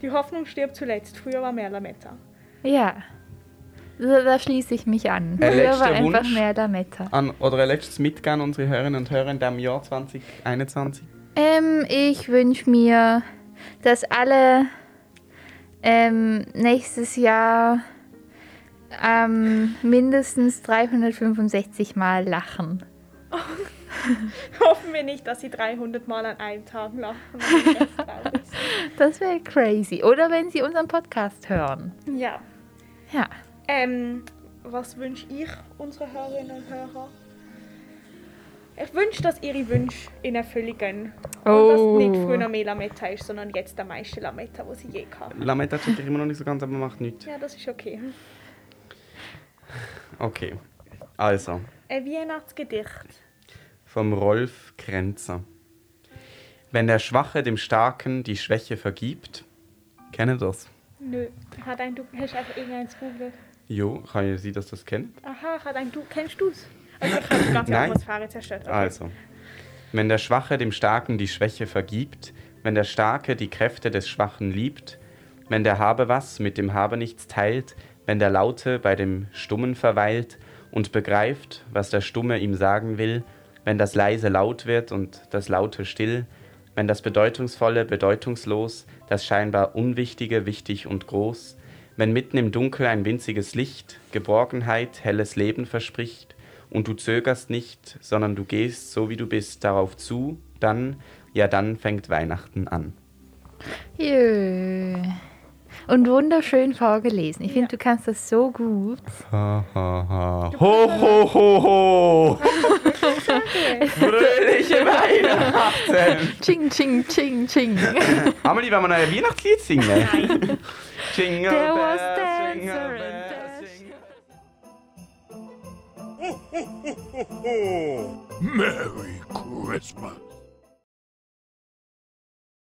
S2: die Hoffnung stirbt zuletzt. Früher war mehr Lametta.
S1: Ja. Da, da schließe ich mich an.
S4: Ein
S1: Früher war
S4: letzter
S1: einfach
S4: Wunsch?
S1: mehr Lametta.
S4: An, oder ein letztes Mitgehen unsere Hörerinnen und Hörer in diesem Jahr 2021?
S1: Ähm, ich wünsche mir, dass alle ähm, nächstes Jahr ähm, mindestens 365 Mal lachen.
S2: Hoffen wir nicht, dass sie 300 Mal an einem Tag lachen. und der Rest traurig ist.
S1: Das wäre crazy. Oder wenn sie unseren Podcast hören.
S2: ja.
S1: Ja.
S2: Ähm, was wünsche ich unseren Hörerinnen und Hörern? Ich wünsche, dass ihre Wünsche in Erfüllung gehen.
S4: Oh.
S2: Und dass nicht früher mehr Lametta ist, sondern jetzt der meiste Lametta, wo sie je kann.
S4: Lametta checkt ich immer noch nicht so ganz, aber macht nichts.
S2: Ja, das ist okay.
S4: Okay. Also,
S2: Ein Weihnachtsgedicht.
S4: vom Rolf Krenzer. Wenn der Schwache dem Starken die Schwäche vergibt, kenne das.
S2: Nö, hat ein, du hast einfach irgendeins googelt.
S4: Jo, kann ja Sie, dass das kennen?
S2: Aha, hat ein, du kennst du's? Also ich habe die ganze
S4: Nein.
S2: Atmosphäre zerstört. Okay.
S4: Also, wenn der Schwache dem Starken die Schwäche vergibt, wenn der Starke die Kräfte des Schwachen liebt, wenn der Habe was mit dem Habe nichts teilt, wenn der Laute bei dem Stummen verweilt und begreift, was der Stumme ihm sagen will, wenn das Leise laut wird und das Laute still, wenn das Bedeutungsvolle bedeutungslos, das scheinbar Unwichtige wichtig und groß, wenn mitten im Dunkel ein winziges Licht Geborgenheit, helles Leben verspricht, und du zögerst nicht, sondern du gehst so wie du bist darauf zu, dann, ja dann fängt Weihnachten an.
S1: Jö. Und wunderschön vorgelesen. Ich finde, du kannst das so gut.
S4: Ha, ha, ha. Ho, ho, ho, ho! Fröhliche Weihnachten!
S1: Ching, ching, ching, ching.
S4: Amelie, wollen wir noch ein Weihnachtslied singen? Nein. Jingle
S1: There was
S4: bells, jingle
S1: dancer
S4: bells.
S3: Merry Oh, Christmas.